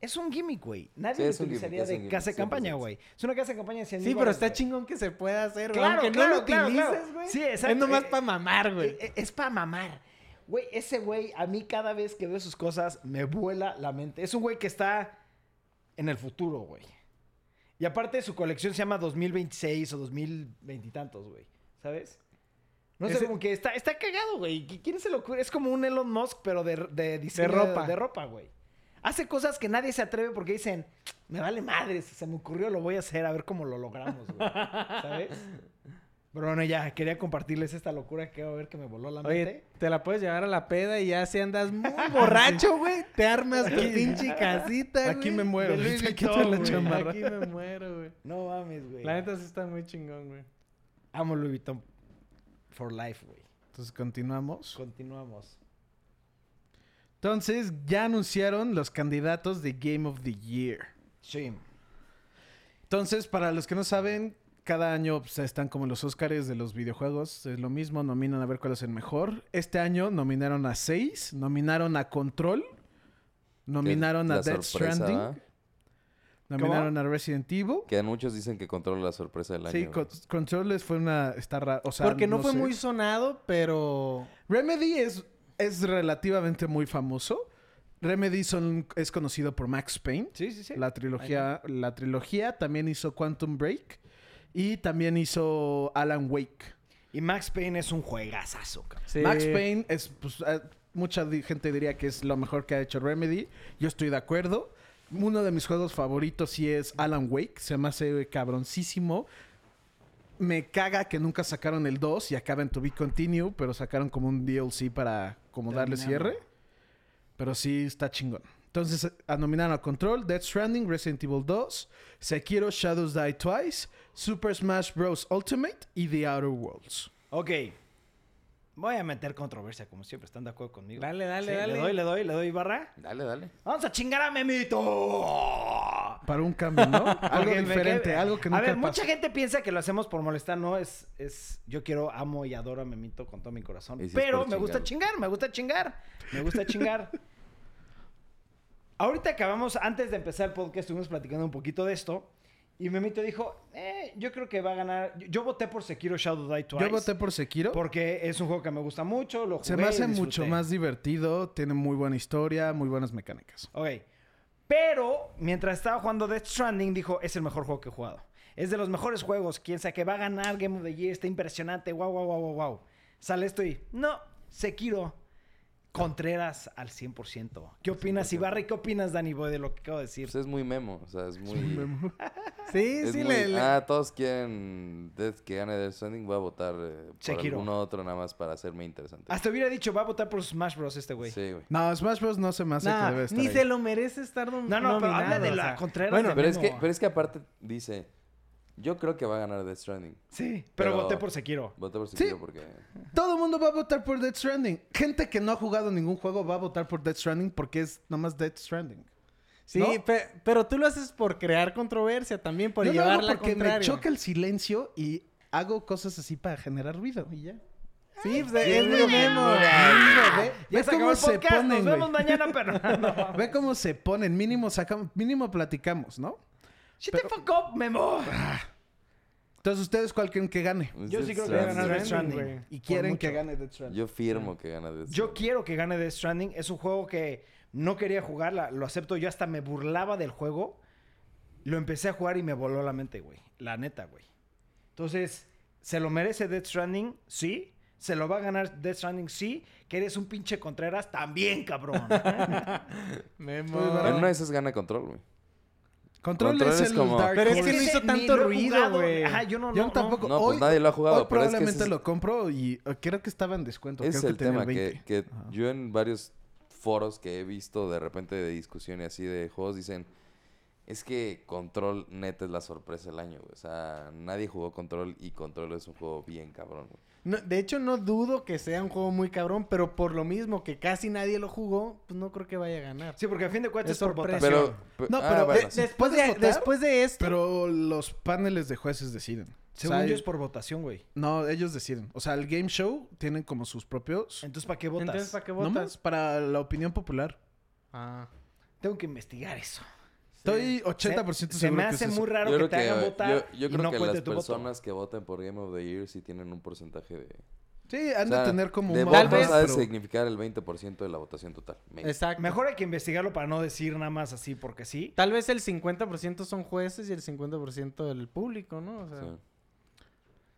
S1: Es un gimmick, güey. Nadie
S2: Sí,
S1: lo
S2: es un
S1: utilizaría
S2: gimmick, es
S1: de
S2: un gimmick,
S1: casa de campaña,
S2: 100%.
S1: güey. Es una casa de campaña de 100
S3: Sí,
S1: mil
S3: pero
S1: baros,
S3: está
S1: güey.
S3: chingón que se pueda hacer, güey.
S1: Claro,
S3: Aunque no
S1: claro,
S3: lo
S1: claro, claro.
S3: utilices, güey.
S1: Sí, exacto.
S3: Es nomás
S1: Eh,
S3: para mamar, güey.
S1: Eh, eh, Es para mamar. Güey, ese güey, a mí cada vez que veo sus cosas, me vuela la mente. Es un güey que está en el futuro, güey. Y aparte su colección se llama 2026 o 2020 y tantos, güey. ¿Sabes? No sé,
S3: Ese-
S1: como que está, está cagado, güey. ¿Qui- ¿Quién se lo ocurre? Es como un Elon Musk, pero de, de diseño
S3: ropa.
S1: De ropa, güey. Hace cosas que nadie se atreve porque dicen, me vale madres, se me ocurrió, lo voy a hacer, a ver cómo lo logramos, güey. ¿Sabes? Pero bueno, ya, quería compartirles esta locura que a ver que me voló la mente.
S3: Oye, te la puedes llevar a la peda y ya si andas muy borracho, güey, te armas tu pinche casita, güey.
S4: Aquí me muero.
S1: de Louis
S4: Me quito
S1: Vuitton,
S4: la
S1: güey.
S4: chamarra.
S3: Aquí me muero, güey.
S1: No mames, güey.
S3: La neta sí está muy chingón, güey.
S1: Amo Louis Vuitton for life, güey.
S4: Entonces continuamos.
S1: Continuamos.
S4: Entonces ya anunciaron los candidatos de Game of the Year.
S1: Sí.
S4: Entonces, para los que no saben, cada año pues, están como los Óscares de los videojuegos. Es lo mismo, nominan a ver cuál es el mejor. Este año nominaron a seis, nominaron a Control, nominaron
S2: Que
S4: a
S2: la
S4: Death
S2: sorpresa, ¿eh?
S4: Stranding,
S2: ¿verdad?
S4: nominaron a Resident Evil.
S2: Que muchos dicen que controla la sorpresa del año.
S4: Sí,
S2: güey.
S4: Con- Control les fue una... Está ra- o sea,
S3: Porque no, fue
S4: sé.
S3: muy sonado, pero...
S4: Remedy es, es relativamente muy famoso. Remedy son, es conocido por Max Payne.
S1: Sí, sí, sí.
S4: La trilogía, la trilogía también hizo Quantum Break y también hizo Alan Wake.
S1: Y Max Payne es un juegazazo, cabrón.
S3: Sí.
S4: Max Payne es, pues, eh, mucha di- gente diría que es lo mejor que ha hecho Remedy. Yo estoy de acuerdo. Uno de mis juegos favoritos sí es Alan Wake. Se me hace cabroncísimo. Me caga que nunca sacaron el 2 y acaban to be continue, pero sacaron como un DLC para como darle
S1: Terminarlo.
S4: cierre. Pero sí está chingón. Entonces, eh, a nominaron a Control, Death Stranding, Resident Evil 2, Sekiro Shadows Die Twice, Super Smash Bros. Ultimate y The Outer Worlds.
S1: Ok. Voy a meter controversia, como siempre. ¿Están de acuerdo conmigo?
S3: Dale, dale,
S1: Sí,
S3: dale.
S1: Le doy, le doy, le doy barra.
S2: Dale, dale.
S1: ¡Vamos a chingar a Memito!
S4: Para un cambio, ¿no? algo
S1: Porque me
S4: diferente,
S1: quedé-
S4: algo que nunca
S1: A ver,
S4: pasó.
S1: mucha gente piensa que lo hacemos por molestar. No, es... es Yo quiero, amo y adoro a Memito con todo mi corazón.
S2: Y si es
S1: pero
S2: por
S1: me gusta chingar, me gusta chingar. Me gusta chingar. Ahorita acabamos, antes de empezar el podcast, estuvimos platicando un poquito de esto. Y Memito dijo, eh, yo creo que va a ganar... Yo, yo voté por Sekiro Shadow Die Twice.
S4: Yo voté por Sekiro.
S1: Porque es un juego que me gusta mucho, lo jugué
S4: Se me
S1: y
S4: hace
S1: disfruté.
S4: mucho más divertido, tiene muy buena historia, muy buenas mecánicas.
S1: Ok. Pero mientras estaba jugando Death Stranding, dijo, es el mejor juego que he jugado. Es de los mejores juegos. Quien sea que va a ganar Game of the Year, está impresionante. Wow, wow, wow, wow, wow. Sale esto y... No, Sekiro. Contreras al 100%. ¿Qué opinas, Ibarra? ¿Y qué opinas, Danny Boy, de lo que acabo de decir?
S2: Pues es muy memo, o sea, es muy...
S3: Sí,
S2: es
S3: sí,
S2: muy-
S3: le... le-
S2: Ah, todos quieren Death que gane Death Stranding, voy a votar eh, por
S1: Sekiro.
S2: alguno otro nada más para hacerme interesante.
S1: Hasta hubiera dicho, va a votar por Smash Bros. este güey.
S2: Sí, Ah, güey.
S4: No, Smash Bros. no se me hace
S3: Nah,
S4: que debe estar
S3: ni
S4: ahí.
S3: se lo merece estar nom-
S1: No, no, pero habla
S3: nominado,
S1: de
S3: o
S1: la
S3: sea.
S1: Contreras
S3: Bueno,
S1: de
S2: Pero es, que,
S1: Memo.
S2: pero es que aparte dice, yo creo que va a ganar Death Stranding.
S1: Sí, pero,
S2: Pero-
S1: voté por Sekiro.
S2: Voté por Sekiro porque...
S4: Todo el mundo va a votar por Death Stranding. Gente que no ha jugado ningún juego va a votar por Death Stranding porque es nomás Death Stranding.
S3: Sí,
S4: ¿No?
S3: pe- pero tú lo haces por crear controversia también, por
S4: Yo lo hago
S3: llevarla
S4: porque
S3: contraria.
S4: me choca el silencio y hago cosas así para generar ruido y ya.
S3: Sí, pues, es lo mismo.
S4: Ve-
S1: Ya se
S4: ve cómo
S1: acabó el
S4: se
S1: podcast.
S4: ponen,
S1: Nos
S4: güey.
S1: vemos mañana, pero... No.
S4: Ve cómo se ponen, mínimo sacamos, mínimo platicamos, ¿no?
S1: Shut the fuck up, Memo.
S4: Entonces, ¿ustedes cuál creen que gane?
S2: es
S1: Yo sí
S2: Death
S1: creo que va a ganar
S2: Stranding.
S1: Death Stranding.
S3: güey.
S1: güey.
S4: Y
S1: Por
S4: quieren que
S1: mucho.
S4: gane Death Stranding.
S2: Yo firmo que gana Death
S1: Yo
S2: Stranding.
S1: quiero que gane Death Stranding. Es un juego que no quería jugar, la- lo acepto. Yo hasta me burlaba del juego. Lo empecé a jugar y me voló la mente, güey. La neta, güey. Entonces, ¿se lo merece Death Stranding? Sí. ¿Se lo va a ganar Death Stranding? Sí. ¿Que eres un pinche Contreras? También, cabrón.
S3: Memo.
S2: En una de esas gana Control, güey.
S4: Control,
S2: Control
S4: es
S2: es
S4: el
S2: como-
S4: Dark
S3: Pero es
S4: Horse.
S3: que no
S1: Ese
S3: hizo
S1: ni
S3: tanto
S1: lo he
S3: ruido,
S1: jugado.
S3: güey.
S1: Ajá, yo no,
S4: Yo
S1: no, no.
S4: tampoco.
S2: No, pues
S4: hoy-
S2: nadie lo ha jugado,
S4: hoy
S2: pero es que ese
S4: probablemente
S2: es-
S4: lo compro y eh, creo que estaba en descuento.
S2: Ese es
S4: creo
S2: el
S4: que tenía
S2: tema, que,
S4: 20.
S2: que yo en varios foros que he visto de repente de discusiones así de juegos dicen, es que Control neta es la sorpresa del año, güey. O sea, nadie jugó Control y Control es un juego bien cabrón, güey.
S3: No, de hecho, no dudo que sea un juego muy cabrón, pero por lo mismo que casi nadie lo jugó, pues no creo que vaya a ganar.
S1: Sí, porque a fin de cuentas es
S3: Es
S1: por
S3: sorpresa.
S1: votación.
S2: Pero, pe-
S4: No,
S2: ah,
S4: pero
S2: bueno,
S4: de-
S2: sí.
S3: Después,
S4: ¿Puedes
S3: de,
S4: votar?
S3: después de esto,
S4: Pero los paneles de jueces deciden.
S1: Según
S4: O sea,
S1: yo es por votación, güey.
S4: No, ellos deciden. O sea, el game show tienen como sus propios.
S1: Entonces, ¿para qué votas?
S3: entonces, ¿para qué votas?
S4: Nomás para la opinión popular.
S3: Ah.
S1: Tengo que investigar eso.
S4: Estoy
S1: Se-
S4: 80%
S1: se,
S4: seguro
S1: me
S4: que
S1: hace
S4: es eso.
S1: muy raro
S2: yo
S1: que
S2: creo
S1: te hagan
S2: que,
S1: votar
S2: yo- yo
S1: y
S2: creo
S1: no
S2: que
S1: cuente
S2: las
S1: tu voto.
S2: personas que voten por Game of the Year sí tienen un porcentaje de...
S4: Sí, han
S2: O sea,
S4: de tener como
S2: de
S4: un...
S2: votos
S3: Tal vez-
S2: ha de
S4: pero-
S2: significar el 20% de la votación total. Maybe.
S3: Exacto.
S1: Mejor hay que investigarlo para no decir nada más así porque sí.
S3: Tal vez el 50% son jueces y el 50% del público, ¿no? O sea,
S2: Sí.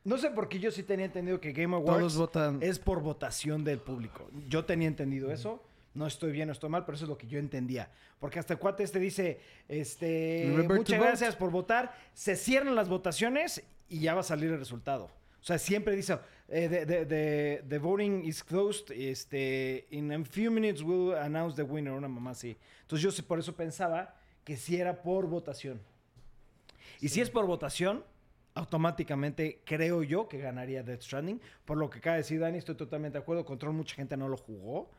S1: No sé por qué yo sí tenía entendido que Game
S4: Todos
S1: Awards
S4: votan...
S1: es por votación del público. Yo tenía entendido eso. No estoy bien, no estoy mal, pero eso es lo que yo entendía. Porque hasta el cuate este dice, este,
S4: Remember to
S1: muchas
S4: vote".
S1: gracias por votar. Se cierran las votaciones y ya va a salir el resultado. O sea, siempre dice, eh, the, the- the- the voting is closed. Este, in a few minutes we'll announce the winner. Una mamá así. Entonces yo sí por eso pensaba que si era por votación. Y si es por votación, automáticamente creo yo que ganaría Death Stranding. Por lo que acaba de decir Dani, estoy totalmente de acuerdo. Control mucha gente no lo jugó,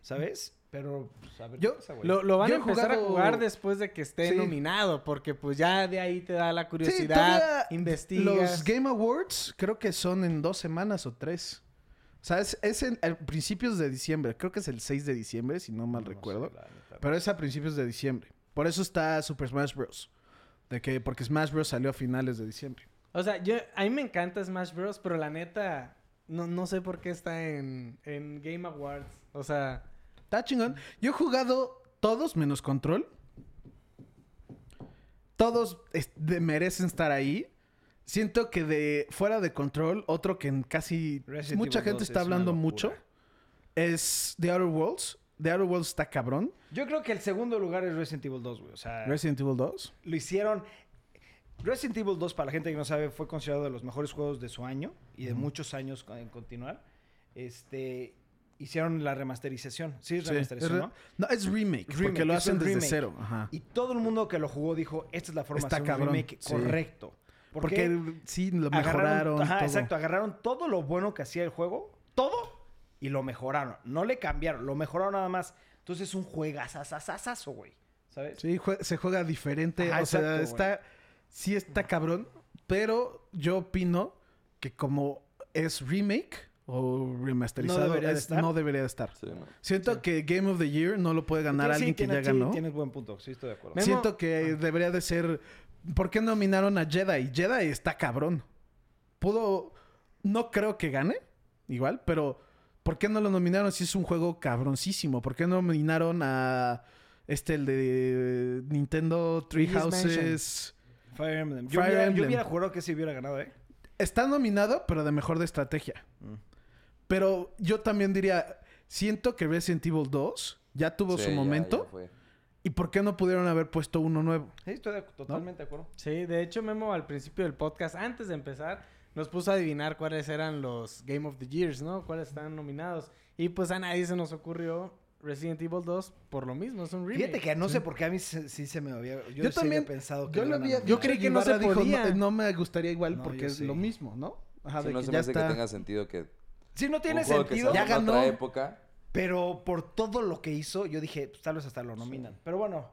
S1: ¿sabes? Pero, pues, a ver.
S4: Yo-
S1: qué pasa, güey.
S3: lo, lo van
S4: Yo
S3: a
S4: he
S3: empezar a
S4: jugado-
S3: jugar después de que esté
S4: Sí.
S3: nominado, porque pues ya de ahí te da la
S4: Sí,
S3: curiosidad,
S4: todavía
S3: investigas.
S4: Los Game Awards creo que son en dos semanas o tres. O sea, es, es en, a principios de diciembre. Creo que es el 6 de diciembre, si no mal
S1: No sé,
S4: recuerdo.
S1: la neta.
S4: Pero es a principios de diciembre. Por eso está Super Smash Bros. De que, porque Smash Bros. salió a finales de diciembre.
S3: O sea, yo, a mí me encanta Smash Bros, pero la neta, no, no sé por qué está en, en Game Awards. O sea,
S4: Está chingón. Yo he jugado todos menos Control. Todos es- de- merecen estar ahí. Siento que de fuera de Control, otro que en casi
S1: Resident
S4: mucha
S1: Evil
S4: gente
S1: 2
S4: está
S1: es una
S4: hablando
S1: locura.
S4: mucho es The Outer Worlds. The Outer Worlds está cabrón.
S1: Yo creo que el segundo lugar es Resident Evil 2, güey. O sea,
S4: Resident Evil 2.
S1: lo hicieron. Resident Evil 2, para la gente que no sabe, fue considerado de los mejores juegos de su año y de muchos años con- en continuar. Este. Hicieron la remasterización. Sí, es
S4: Sí, es
S1: remasterización,
S4: re-
S1: ¿no?
S4: No, es remake,
S1: Remake,
S4: porque lo
S1: es
S4: hacen
S1: un
S4: desde
S1: remake.
S4: cero. Ajá.
S1: Y todo el mundo que lo jugó dijo, esta es la forma
S4: Está
S1: de hacer un
S4: cabrón,
S1: remake
S4: sí.
S1: correcto. ¿Por
S4: porque
S1: qué?
S4: sí, lo
S1: Agarraron-
S4: mejoraron.
S1: ajá,
S4: todo.
S1: exacto, agarraron todo lo bueno que hacía el juego, todo, y lo mejoraron. No le cambiaron, lo mejoraron nada más. Entonces es un juegazazazazazo, güey. ¿Sabes?
S4: Sí, jue- se juega diferente.
S1: Ajá,
S4: o sea,
S1: exacto,
S4: está. Sí, está cabrón. Pero yo opino que como es remake o remasterizado, es-
S1: debería
S4: no debería,
S1: de
S4: de
S1: estar.
S4: estar.
S2: Sí, no.
S4: Siento que Game of the Year no lo puede ganar
S1: Entonces, sí,
S4: alguien que
S1: tienes-
S4: ya ganó.
S1: Sí, tienes buen punto, sí estoy de acuerdo.
S3: Me- Memo-
S4: Siento que
S2: ah.
S4: debería de ser. ¿Por qué nominaron a Jedi? Jedi está cabrón. Pudo. No creo que gane, igual, pero ¿por qué no lo nominaron si es un juego cabroncísimo? ¿Por qué no nominaron a. Este, el de Nintendo Three
S3: Luigi's
S4: Houses.
S1: Fire Emblem. Yo,
S4: Fire
S1: hubiera, yo
S4: Emblem.
S1: hubiera jurado que sí hubiera ganado, ¿eh?
S4: Está nominado, pero de mejor de estrategia.
S1: Mm.
S4: Pero yo también diría. Siento que Resident Evil 2 ya tuvo
S2: Sí,
S4: su
S2: ya-
S4: momento.
S2: ya fue.
S4: ¿Y por qué no pudieron haber puesto uno nuevo?
S1: Sí, estoy de- totalmente de acuerdo.
S3: sí, de hecho Memo al principio del podcast, antes de empezar, nos puso a adivinar cuáles eran los Game of the Years, ¿no? Cuáles estaban nominados. Y pues a nadie se nos ocurrió Resident Evil 2 por lo mismo, es un remake.
S1: Fíjate que no sé por qué a mí se- sí se me había... Yo, sí
S4: también-
S1: había pensado que
S4: Yo
S1: lo
S4: lo
S1: iban a
S4: había-
S1: nominar.
S3: Yo creí que no
S4: Ibarra
S3: se
S4: dijo,
S3: podía.
S4: No, no me gustaría igual
S1: No,
S4: porque
S1: yo
S4: es
S1: sí.
S4: lo mismo, ¿no? Ajá,
S2: Sí,
S4: Ah, de
S2: no
S4: que
S2: se me
S4: ya
S2: hace
S4: está.
S2: que tenga sentido que
S1: Sí, no tiene
S2: un juego que
S1: sentido.
S2: salió
S4: Ya
S2: en
S4: ganó.
S2: otra época.
S1: Pero por todo lo que hizo, yo dije, pues, tal vez hasta lo nominan. Pero bueno,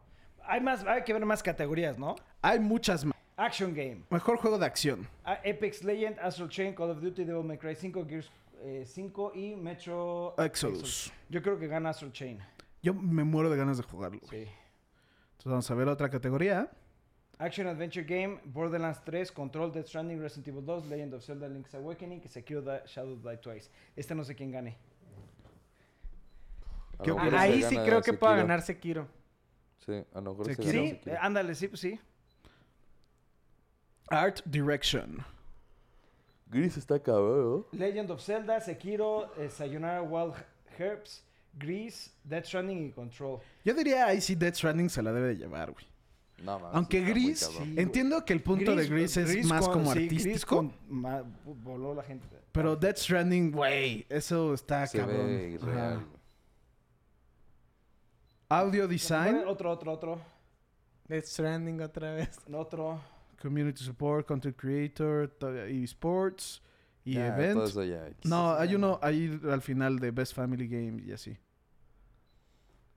S1: hay más, hay que ver más categorías, ¿no?
S4: Hay muchas más.
S1: Action Game,
S4: Mejor juego de acción.
S1: A- Apex Legend, Astral Chain, Call of Duty, Devil May Cry 5, Gears eh, 5 y Metro
S4: Exodus.
S1: Yo creo que gana Astral Chain.
S4: Yo me muero de ganas de jugarlo. güey. Entonces vamos a ver otra categoría.
S1: Action Adventure Game, Borderlands 3, Control, Death Stranding, Resident Evil 2, Legend of Zelda, Link's Awakening, Sekiro, Da- Shadow Die Twice. Este no sé quién gane.
S2: A
S4: ¿Qué
S2: lo
S3: Ah,
S2: mejor
S4: opinas?
S2: se
S3: Ahí sí
S2: gana
S3: creo que
S2: Sekiro.
S3: pueda ganar Sekiro.
S2: Sí, a lo mejor se
S4: Sekiro.
S2: gana
S1: Sí,
S2: Sekiro.
S1: eh, ándale, sí, pues sí.
S4: Art Direction.
S2: Gris está cabrón,
S1: Legend of Zelda, Sekiro, eh, Sayonara Wild Herbs, Grease, Death Stranding y Control.
S4: Yo diría ahí sí Dead Stranding se la debe de llevar, güey.
S2: ¿no? No, mames,
S4: Aunque
S2: Ah, está muy
S4: Gris,
S2: cabrón.
S1: sí,
S4: entiendo que el punto de Gris es más
S1: con-
S4: como
S1: sí, Grease
S4: artístico,
S1: con- ma- voló la gente.
S4: pero Dead Stranding, güey, eso está
S2: Se
S4: cabrón.
S2: ve irreal.
S4: Ajá.
S2: güey.
S4: Audio Design,
S1: Otro, otro, otro.
S3: Death Stranding otra vez.
S1: Otro.
S4: Community Support, Content Creator, to- eSports y
S2: Ya,
S4: Event.
S2: todo eso ya X.
S4: No, hay uno ahí al final de Best Family Game y así.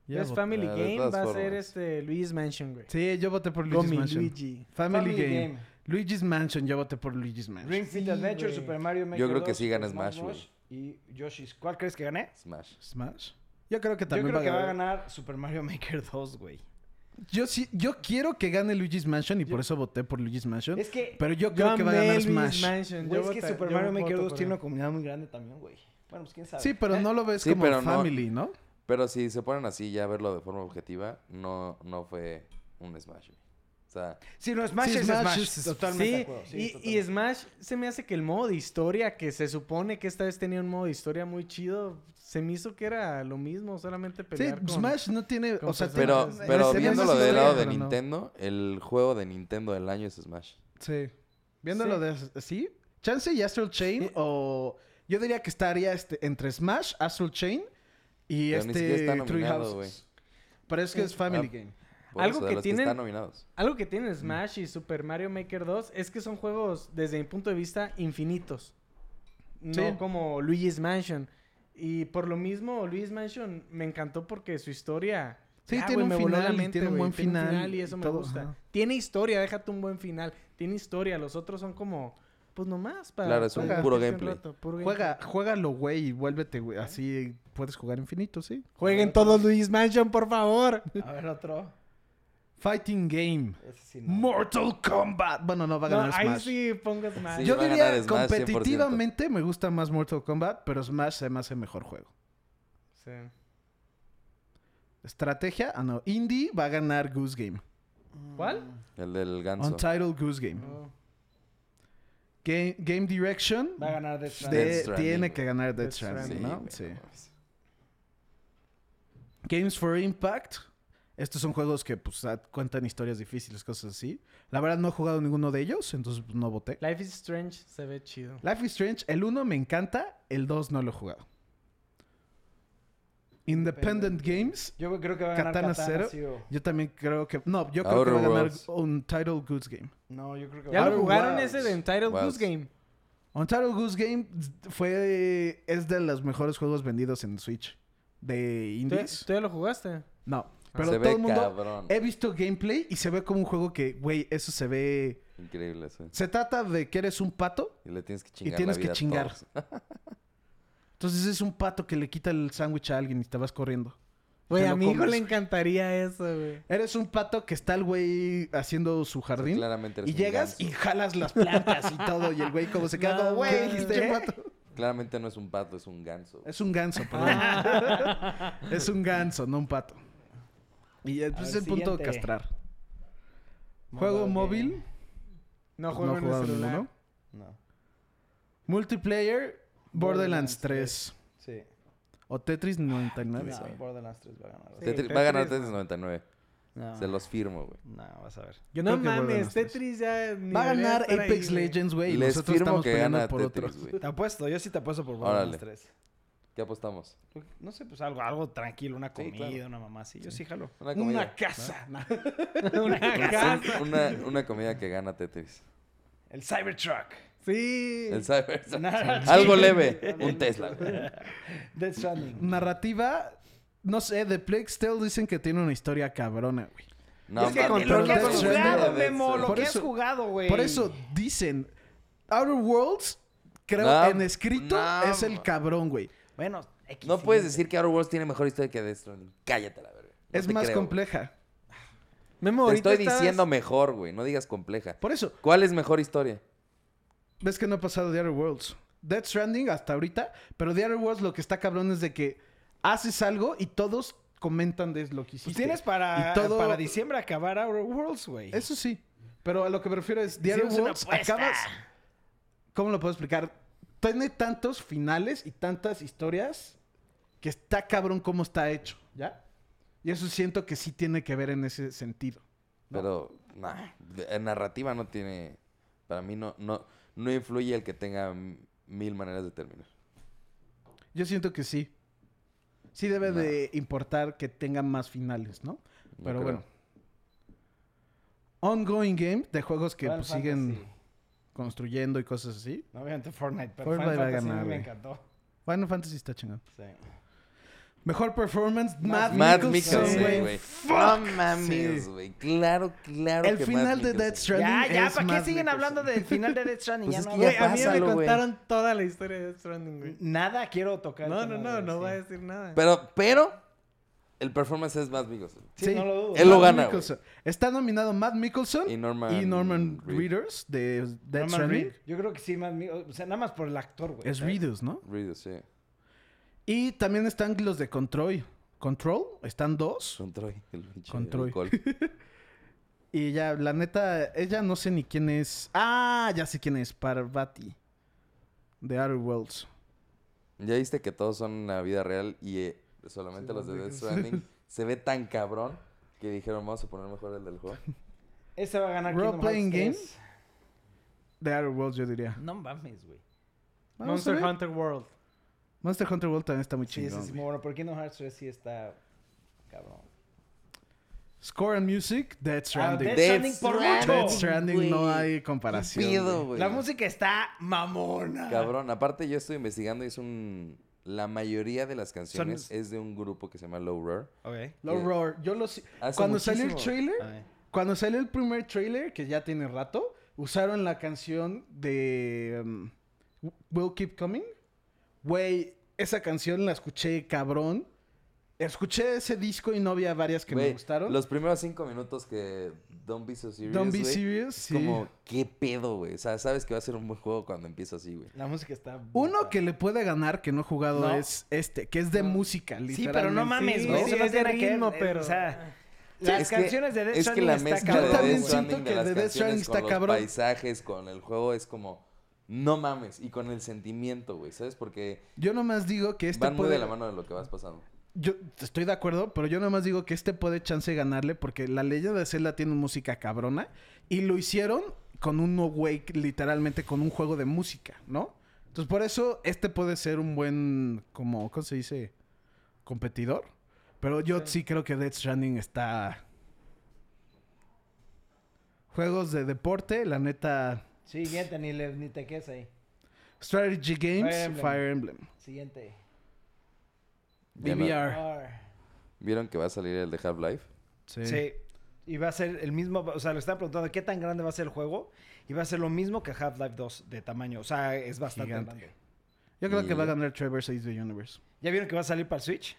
S4: Ya
S3: Best
S4: voté.
S3: Family
S2: Ah, de
S3: Game
S2: todas
S3: va a ser
S2: formas.
S3: este Luis Mansion, güey.
S4: Sí, yo voté por
S3: Con
S4: Luigi's
S3: mi
S4: Mansion.
S3: Luigi.
S4: Family, Game. Luigi's Mansion, yo voté por Luigi's Mansion.
S1: Ring Fit
S3: Sí,
S1: Adventure,
S3: güey.
S1: Super Mario Maker
S2: creo que
S1: 2,
S2: sí gana
S1: Super Mario
S2: Smash, güey.
S1: Bros. Y Yoshi's. ¿Cuál crees que gané?
S2: Smash.
S4: Smash. Yo creo que
S1: Yo
S4: también
S1: creo que
S4: va,
S1: va a
S4: ganar.
S1: ganar Super Mario Maker 2, güey.
S4: Yo sí, yo quiero que gane Luigi's Mansion y por eso voté por Luigi's Mansion.
S1: Es que,
S4: Pero yo creo que va a
S3: amé
S4: ganar
S3: Luigi's
S4: Smash.
S3: Mansion,
S1: güey,
S3: yo
S1: es que
S3: vota-
S1: Super
S3: yo
S1: Mario
S3: voto
S1: Maker
S3: por
S1: 2 tiene
S3: él.
S1: una comunidad muy grande también, güey. Bueno, pues quién sabe.
S4: Sí, pero no lo ves
S2: Sí,
S4: como
S2: pero no-
S4: family, ¿no?
S2: Pero si se ponen así ya a verlo de forma objetiva, no, no fue un smash. O sea,
S1: Sí, no, Smash
S4: Sí,
S1: es
S4: Smash
S1: Smash.
S4: es-
S1: totalmente de
S3: Sí,
S1: acuerdo. Sí,
S3: y, y
S1: totalmente.
S3: Smash se me hace que el modo de historia, que se supone que esta vez tenía un modo de historia muy chido, se me hizo que era lo mismo, solamente
S4: Sí,
S3: pelear con-
S4: Smash no tiene.
S3: con
S4: O sea,
S3: personas.
S2: pero,
S4: tiene-
S3: no,
S2: pero
S4: tiene
S2: viéndolo
S4: más
S2: del
S4: historia,
S2: lado de
S4: pero no.
S2: Nintendo, el juego de Nintendo del año es Smash.
S4: Sí. Viéndolo de. Sí. Chance y Astral Chain o. Yo diría que estaría este, entre Smash, Astral Chain y
S2: Pero ni siquiera
S4: este
S2: está
S4: Three
S2: nominado, güey.
S4: Houses. Pero es que es Family
S2: Ah.
S4: Game.
S2: Por
S3: Algo
S2: eso, de
S3: que
S2: los
S3: tienen-
S2: que están nominados.
S3: Algo que tiene Smash y Super Mario Maker 2 es que son juegos, desde mi punto de vista, infinitos. No
S4: Sí.
S3: como Luigi's Mansion. Y por lo mismo, Luigi's Mansion me encantó porque su historia...
S4: Sí,
S3: ya, güey,
S4: tiene un
S3: me voló la
S4: final y
S3: mente,
S4: tiene un
S3: güey.
S4: buen final
S3: y
S4: y
S3: eso me
S4: todo,
S3: gusta.
S4: ajá.
S3: Tiene historia, déjate un buen final. Tiene historia, los otros son como... Pues nomás para...
S2: Claro, es un
S3: para
S2: puro
S3: divertirte un
S2: gameplay.
S3: rato, puro
S4: Juega, juégalo, güey, y vuélvete, güey. Así puedes jugar infinito, ¿sí?
S3: Jueguen todos Luis Mansion, por favor.
S1: A ver, otro.
S4: Fighting Game.
S1: Ese sí, no.
S4: Mortal Kombat. Bueno, no va a
S3: No,
S4: ganar
S3: ahí
S4: Smash.
S3: sí pongo Smash.
S2: Sí,
S4: Yo
S2: va a
S4: diría
S2: ganar Smash 100%.
S4: competitivamente me gusta más Mortal Kombat, pero Smash se me hace mejor juego.
S3: Sí.
S4: Estrategia, ah no, Indie va a ganar Goose Game.
S3: ¿Cuál?
S2: El del ganso.
S4: Untitled Goose Game.
S3: No.
S4: Game, Game Direction
S1: Va a ganar Death
S4: de-
S1: Stranding.
S2: Death Stranding,
S4: tiene
S2: güey.
S4: que ganar Death
S3: Death
S4: Stranding,
S3: Stranding,
S4: ¿no?
S2: güey,
S4: Sí.
S2: no mames.
S4: Games for Impact. Estos son juegos que pues ah, cuentan historias difíciles, cosas así. La verdad no he jugado ninguno de ellos, entonces pues, no voté.
S3: Life is Strange se ve chido.
S4: Life is Strange, el 1 me encanta, el 2 no lo he jugado. Independent
S1: Independent
S4: Games,
S1: Yo creo que va a ganar
S4: Katana
S1: Katana,
S4: Zero.
S1: sí, o-
S4: yo también creo que... No, yo creo que
S2: Outer
S4: va a ganar
S2: Worlds.
S4: Untitled Goose Game.
S1: No, yo creo que va a
S3: ¿Ya
S1: ganar.
S3: lo jugaron
S1: Wilds.
S3: ese de Entitled
S2: Wilds.
S3: Goose Game?
S4: Ontario Goose Game fue es de los mejores juegos vendidos en Switch de
S3: ¿Tú,
S4: indies.
S3: tú ya lo jugaste?
S4: No, pero
S2: se
S4: todo
S2: ve
S4: el mundo
S2: cabrón.
S4: he visto gameplay y se ve como un juego que, güey, eso se ve.
S2: Increíble eso.
S4: Se trata de que eres un pato,
S2: Y le tienes que chingar.
S4: tienes
S2: la
S4: que
S2: vida a
S4: chingar.
S2: todos.
S4: entonces es un pato que le quita el sándwich a alguien y te vas corriendo.
S3: Güey,
S4: Te lo
S3: a mi hijo
S4: comes.
S3: le encantaría eso, güey.
S4: Eres un pato que está el güey haciendo su jardín
S2: Claramente eres
S4: y
S2: un
S4: llegas y
S2: ganso.
S4: jalas las plantas y todo y el güey como se queda
S3: No
S4: como, güey,
S3: mames.
S4: este pato.
S2: Claramente no es un pato, es un ganso.
S4: Es un ganso, perdón. es un ganso, no un pato. Y es
S1: A
S4: es
S1: ver,
S4: el punto
S1: siguiente.
S4: de castrar. Juego móvil.
S1: game.
S3: No
S4: pues, no
S3: juego
S4: he
S3: en el
S4: jugado
S3: celular.
S4: ninguno.
S1: No.
S4: Multiplayer. Borderlands
S1: Borderlands
S4: 3.
S1: Sí.
S4: O Tetris 99.
S1: No,
S4: güey.
S1: Borderlands 3 va a ganar.
S3: Sí.
S2: Tetris- va a ganar
S3: Tetris,
S2: Tetris 99.
S4: Ah.
S1: No.
S2: Se los firmo, güey.
S1: No, vas a ver.
S4: Yo
S3: No
S4: creo que
S3: mames,
S4: Borderlands 3.
S3: Tetris ya... ni
S4: Va a
S3: debería
S4: ganar
S3: estar ahí,
S4: Apex
S3: güey.
S4: Legends, güey. y
S2: Les
S4: Nosotros
S2: firmo
S4: estamos
S2: que
S4: peleando
S2: gana
S4: por otro.
S2: Tetris, güey.
S1: Te apuesto, yo sí te apuesto por Borderlands
S2: Órale.
S1: 3.
S2: ¿Qué apostamos?
S1: No sé, pues algo, algo tranquilo, una
S2: Sí,
S1: comida,
S2: claro.
S1: una mamá así. Yo sí jalo.
S2: Una
S4: Una
S2: comida.
S4: casa.
S3: Una casa.
S2: Una, una comida que gana Tetris.
S1: El Cybertruck.
S3: Sí.
S2: El cyber.
S1: Nada,
S2: Algo
S1: sí.
S2: leve. Un Tesla. güey.
S1: Death Stranding.
S4: Narrativa. No sé, The Plague Tale dicen que tiene una historia cabrona, güey.
S2: No,
S3: Es que
S2: mames,
S3: con todo
S2: pero
S3: lo que has
S2: Death
S4: jugado,
S2: Stranding-
S4: Memo, lo- Por eso-
S1: jugado, güey.
S4: Por eso dicen. Outer Worlds, creo,
S2: No,
S4: en escrito,
S2: no,
S4: es el
S2: ma-
S4: cabrón, güey.
S1: Bueno, X,
S2: No
S1: siguiente.
S2: puedes decir que Outer Worlds tiene mejor historia que Death Stranding. Cállate la verga. No
S4: es
S2: te
S4: más
S2: creo, güey.
S4: compleja.
S3: Memo,
S2: Te
S3: ahorita
S2: estoy
S3: estabas-
S2: diciendo mejor, güey. No digas compleja.
S4: Por eso,
S2: ¿Cuál es mejor historia?
S4: ves que no ha pasado The Other Worlds. Dead Stranding hasta ahorita, pero The Other Worlds lo que está cabrón es de que haces algo y todos comentan de lo que hiciste.
S1: Pues tienes para,
S4: Y todo-
S1: para diciembre acabar Outer Worlds, güey.
S4: Eso sí, pero a lo que me refiero es The Other
S1: Hicimos una
S4: Worlds
S1: apuesta.
S4: acabas... ¿Cómo lo puedo explicar? Tiene tantos finales y tantas historias que está cabrón cómo está hecho, ¿ya? Y eso siento que sí tiene que ver en ese sentido.
S2: Pero, nah, de- en narrativa no tiene. Para mí no, no, no influye el que tenga m- mil maneras de terminar.
S4: Yo siento que sí. Sí debe
S2: No.
S4: de importar que tengan más finales, ¿no?
S2: No
S4: Pero
S2: creo.
S4: bueno. Ongoing game de juegos que
S1: Final
S4: pues, siguen
S1: Fantasy.
S4: construyendo y cosas así.
S1: No, obviamente Fortnite, pero
S4: Fortnite
S1: Final
S4: va a
S1: Fantasy
S4: ganar,
S1: me
S4: güey.
S1: encantó.
S4: Final Fantasy está chingón.
S1: Sí.
S4: Mejor performance, Matt,
S1: Matt
S2: Matt
S4: Mikkelsen,
S2: Mikkelsen,
S4: güey.
S2: güey. No mames, güey. Claro, claro.
S4: El
S2: que Matt
S4: final de Death
S2: Mikkelsen.
S4: Stranding es Matt Mikkelsen.
S1: del final de Death Stranding?
S2: Pues es que
S1: va-
S2: ya
S3: Güey, a mí ya me
S2: pásalo, güey.
S3: contaron toda la historia de Death Stranding, güey.
S1: Nada quiero tocar.
S3: No,
S1: esta
S3: no, no,
S1: madre,
S3: no
S1: sí.
S3: va a decir nada.
S2: Pero, pero, el performance es más Mikkelsen.
S1: Sí, no lo dudo.
S2: Él lo
S4: Matt
S2: gana,
S4: Mikkelsen. Está nominado Matt Mickelson
S2: Y
S4: y
S2: Norman.
S4: Norman,
S2: Reed-
S4: Reedus de Death
S1: Norman
S4: Stranding.
S1: Reed. Yo creo que sí, más mío. O sea, nada más por el actor, güey.
S4: Es
S1: ¿sabes?
S4: Reedus, ¿no?
S2: Reedus, sí.
S4: Y también están los de Control. Control, están dos.
S2: Con Troy. el pinche
S4: Con Troy.
S2: alcohol.
S4: Y ya, la neta, ella no sé ni quién es. Ah, ya sé quién es, Parvati. De Outer Worlds.
S2: Ya viste que todos son la vida real y eh, solamente los de Death Stranding se ve tan cabrón que dijeron, vamos a poner mejor el del juego.
S1: Ese va a ganar
S4: Role
S1: Kingdom Hearts
S4: playing game.
S1: 3.
S4: De Outer Worlds, yo diría.
S1: No mames, güey.
S4: Vamos a
S3: Monster
S4: ver.
S3: Hunter World.
S4: Monster Hunter World también está muy
S1: Sí, ese
S4: chingón.
S1: es muy bueno. Pero Kingdom Hearts 3 sí está cabrón.
S4: Score and Music, Dead Stranding.
S1: Death
S4: Dead,
S1: Stranding por mucho.
S2: Death
S4: Stranding no
S2: Güey.
S4: hay comparación.
S2: Pido,
S4: güey.
S2: güey.
S1: La música está mamona.
S2: Cabrón, aparte yo estoy investigando y es un... La mayoría de las canciones es de un grupo que se llama Low Roar.
S1: Ok.
S4: Low
S2: Eh,
S4: Roar. Yo lo si-
S2: hace
S4: Cuando salió el
S2: muchísimo.
S4: trailer,
S1: A ver.
S4: cuando salió el primer trailer, que ya tiene rato, usaron la canción de um, Will Keep Coming. Güey, esa canción la escuché cabrón. Escuché ese disco y no había varias que me
S2: Güey,
S4: gustaron.
S2: Los primeros cinco minutos que Don't Be So Serious,
S4: Don't Be
S2: güey,
S4: Serious,
S2: es
S4: sí.
S2: como, ¿qué pedo, güey? O sea, sabes que va a ser un buen juego cuando empieza así, güey.
S1: La música está.
S4: Uno que le puede ganar que no he jugado
S1: No.
S4: es este, que es de música,
S1: Sí, pero no
S4: literalmente.
S1: mames,
S3: Sí,
S1: güey.
S3: sí,
S1: eso no
S3: es de
S1: tiene que
S3: ritmo,
S1: eh,
S3: pero-
S1: O sea,
S2: Sí,
S1: las
S2: es que-
S1: canciones de Death
S2: Es que
S1: Stranding
S2: la
S1: está
S2: mezcla
S1: cabrón,
S2: de
S4: Yo también
S2: Death
S1: güey.
S4: siento
S2: Stranding,
S4: que
S2: de las
S4: el de Death Stranding
S2: canciones,
S4: está
S2: con los
S4: cabrón.
S2: paisajes, con el juego, es como, no mames, y con el sentimiento, güey, ¿sabes? Porque
S4: Yo nomás digo que este
S2: van muy
S4: puede-
S2: de la mano de lo que vas pasando.
S4: Yo estoy de acuerdo, pero yo nomás digo que este puede chance de ganarle porque la leyenda de Zelda tiene música cabrona y lo hicieron con un No Way, literalmente con un juego de música, ¿no? Entonces por eso este puede ser un buen, como, ¿cómo se dice? Competidor. Pero yo sí, creo que Death Stranding está... Juegos de deporte, la neta...
S1: Siguiente, ni, le, ni te quedes ahí.
S4: Strategy Games,
S1: Fire Emblem.
S4: Fire Emblem.
S1: Siguiente.
S2: Ya no-
S4: BBR.
S1: Ar.
S2: ¿Vieron que va a salir el de Half-Life?
S4: Sí.
S1: Sí. Y va a ser el mismo, o sea, le están preguntando qué tan grande va a ser el juego. Y va a ser lo mismo que Half-Life 2 de tamaño. O sea, es bastante
S4: Gigante.
S1: grande.
S4: Yo creo que va a
S2: Y-
S4: ganar Trevor Saves the Universe.
S1: ¿Ya vieron que va a salir para el Switch?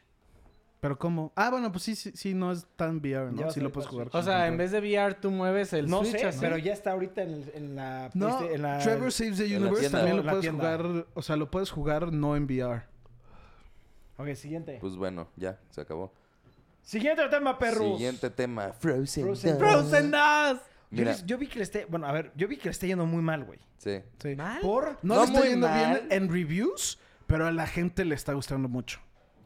S4: Pero ¿cómo? Ah, bueno, pues sí, sí, sí, no es tan VR,
S1: Ya
S4: ¿no?
S1: va
S4: Sí
S1: a
S4: lo
S1: ser
S4: puedes
S1: para
S4: jugar.
S1: Switch.
S4: con
S3: O sea, en vez
S4: control.
S3: de VR, tú mueves el
S1: no
S3: Switch
S1: sé,
S3: así.
S1: pero ya está ahorita en, el- en la...
S4: No,
S1: Playsta- este, en la-
S4: Trevor Saves the
S2: en la
S4: Universe
S2: tienda.
S4: también lo
S1: En la
S4: puedes
S1: tienda.
S4: jugar, o sea, lo puedes jugar no en VR.
S1: Ok, siguiente.
S2: Pues bueno, ya, se acabó.
S1: Siguiente tema, perros.
S2: Siguiente tema, Frozen.
S1: Frozen.
S2: Dos.
S1: Frozen
S3: ¡Sendas!
S1: Yo,
S2: Mira,
S1: les- yo vi que le esté... Bueno, a ver, yo vi que le está yendo muy mal, güey.
S2: sí.
S4: Sí.
S3: ¿Mal?
S1: Por...
S2: No
S4: No, le está
S2: muy
S4: yendo
S2: mal.
S4: bien en reviews, pero a la gente le está gustando mucho.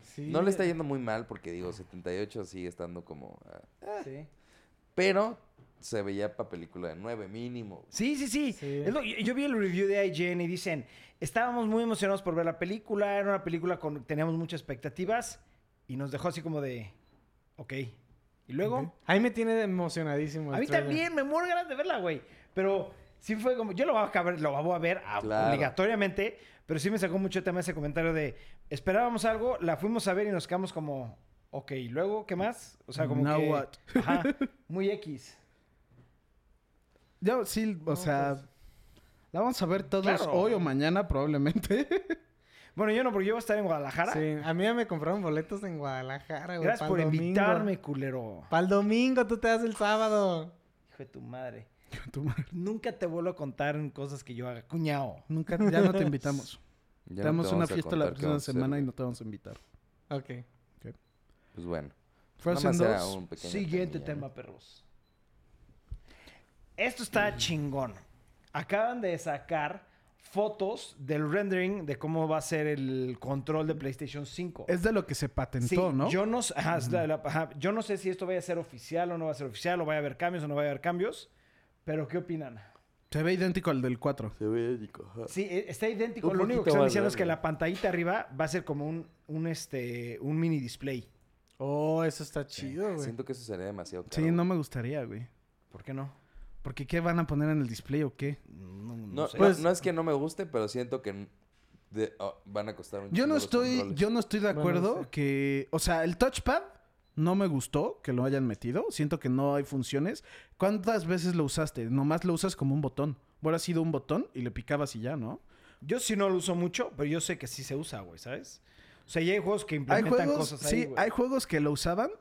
S3: Sí.
S2: No le está yendo muy mal porque, digo, 78 sigue estando como... ah,
S1: Sí.
S2: Pero se veía para película de 9 mínimo.
S1: Sí, sí, sí.
S3: Sí.
S1: Es lo- yo, yo vi el review de IGN y dicen, estábamos muy emocionados por ver la película, era una película con, teníamos muchas expectativas y nos dejó así como de, ok. Y luego,
S3: A mí me tiene emocionadísimo.
S1: a
S3: el
S1: mí
S3: trailer.
S1: también me muero ganas de verla, güey. Pero sí fue como, yo lo voy a acabar- lo voy a ver a-
S2: Claro.
S1: obligatoriamente, pero sí me sacó mucho tema ese comentario de, esperábamos algo, la fuimos a ver y nos quedamos como, ok, ¿y luego qué más? O sea, como
S4: Now
S1: que...
S4: what?
S1: Ajá, muy X.
S4: Yo sí, o sea, la vamos a ver todos
S1: Claro.
S4: hoy o mañana probablemente.
S1: Bueno, yo no, porque yo voy a estar en Guadalajara.
S3: Sí, a mí ya me compraron boletos en Guadalajara, güey.
S1: Gracias
S3: pa'l
S1: por
S3: domingo.
S1: invitarme, culero.
S3: Para el domingo, tú te das el sábado.
S1: Hijo de tu madre.
S4: Tu madre.
S1: Nunca te vuelvo a contar en cosas que yo haga. Cuñao.
S4: Nunca, ya no te invitamos.
S2: Ya no
S4: Te
S2: te
S4: damos una
S2: vamos a
S4: fiesta la
S2: contar qué
S4: próxima
S2: vamos a hacer,
S4: semana y
S2: güey.
S4: no te vamos a invitar.
S3: Ok.
S2: Pues bueno. Nada
S4: Frozen
S2: más era
S4: 2.
S2: un pequeño ¿eh?
S1: Siguiente
S2: temilla,
S1: tema, perros. Esto está chingón. Acaban de sacar fotos del rendering de cómo va a ser el control de PlayStation 5.
S4: Es de lo que se patentó,
S1: Sí,
S4: ¿no?
S1: Yo no, s- ajá, es la- la- ajá, yo no sé si esto vaya a ser oficial o no va a ser oficial, o vaya a haber cambios o no vaya a haber cambios, pero ¿qué opinan?
S4: Se ve idéntico al del 4.
S2: Se ve ético, ajá.
S1: Sí, e- está idéntico.
S2: Un
S1: Lo único
S2: poquito
S1: que están
S2: más
S1: diciendo es que
S2: grande.
S1: la pantallita arriba va a ser como un, un, este, un mini display.
S3: Oh, eso está chido, güey.
S2: Siento que eso sería demasiado caro.
S4: Sí, no
S2: güey.
S4: me gustaría, güey.
S1: ¿Por qué no?
S4: Porque ¿qué van a poner en el display o qué?
S1: No,
S2: No,
S1: sé.
S2: no-
S3: Pues-
S2: no es que no me guste, pero siento que n- de- oh, van a costar un
S4: Yo
S2: chingo
S4: no
S2: los
S4: estoy,
S2: controles.
S4: yo no estoy de
S3: Bueno,
S4: acuerdo
S3: sí.
S4: que, o sea, el touchpad no me gustó que lo hayan metido. Siento que no hay funciones. ¿Cuántas veces lo usaste? Nomás lo usas como un botón. Hubiera sido un botón y le picabas y ya, ¿no?
S1: Yo sí no lo uso mucho, pero yo sé que sí se usa, güey, ¿sabes? O sea, ya hay juegos que
S4: Hay
S1: implementan
S4: juegos,
S1: cosas ahí,
S4: sí,
S1: güey.
S4: hay juegos que lo usaban,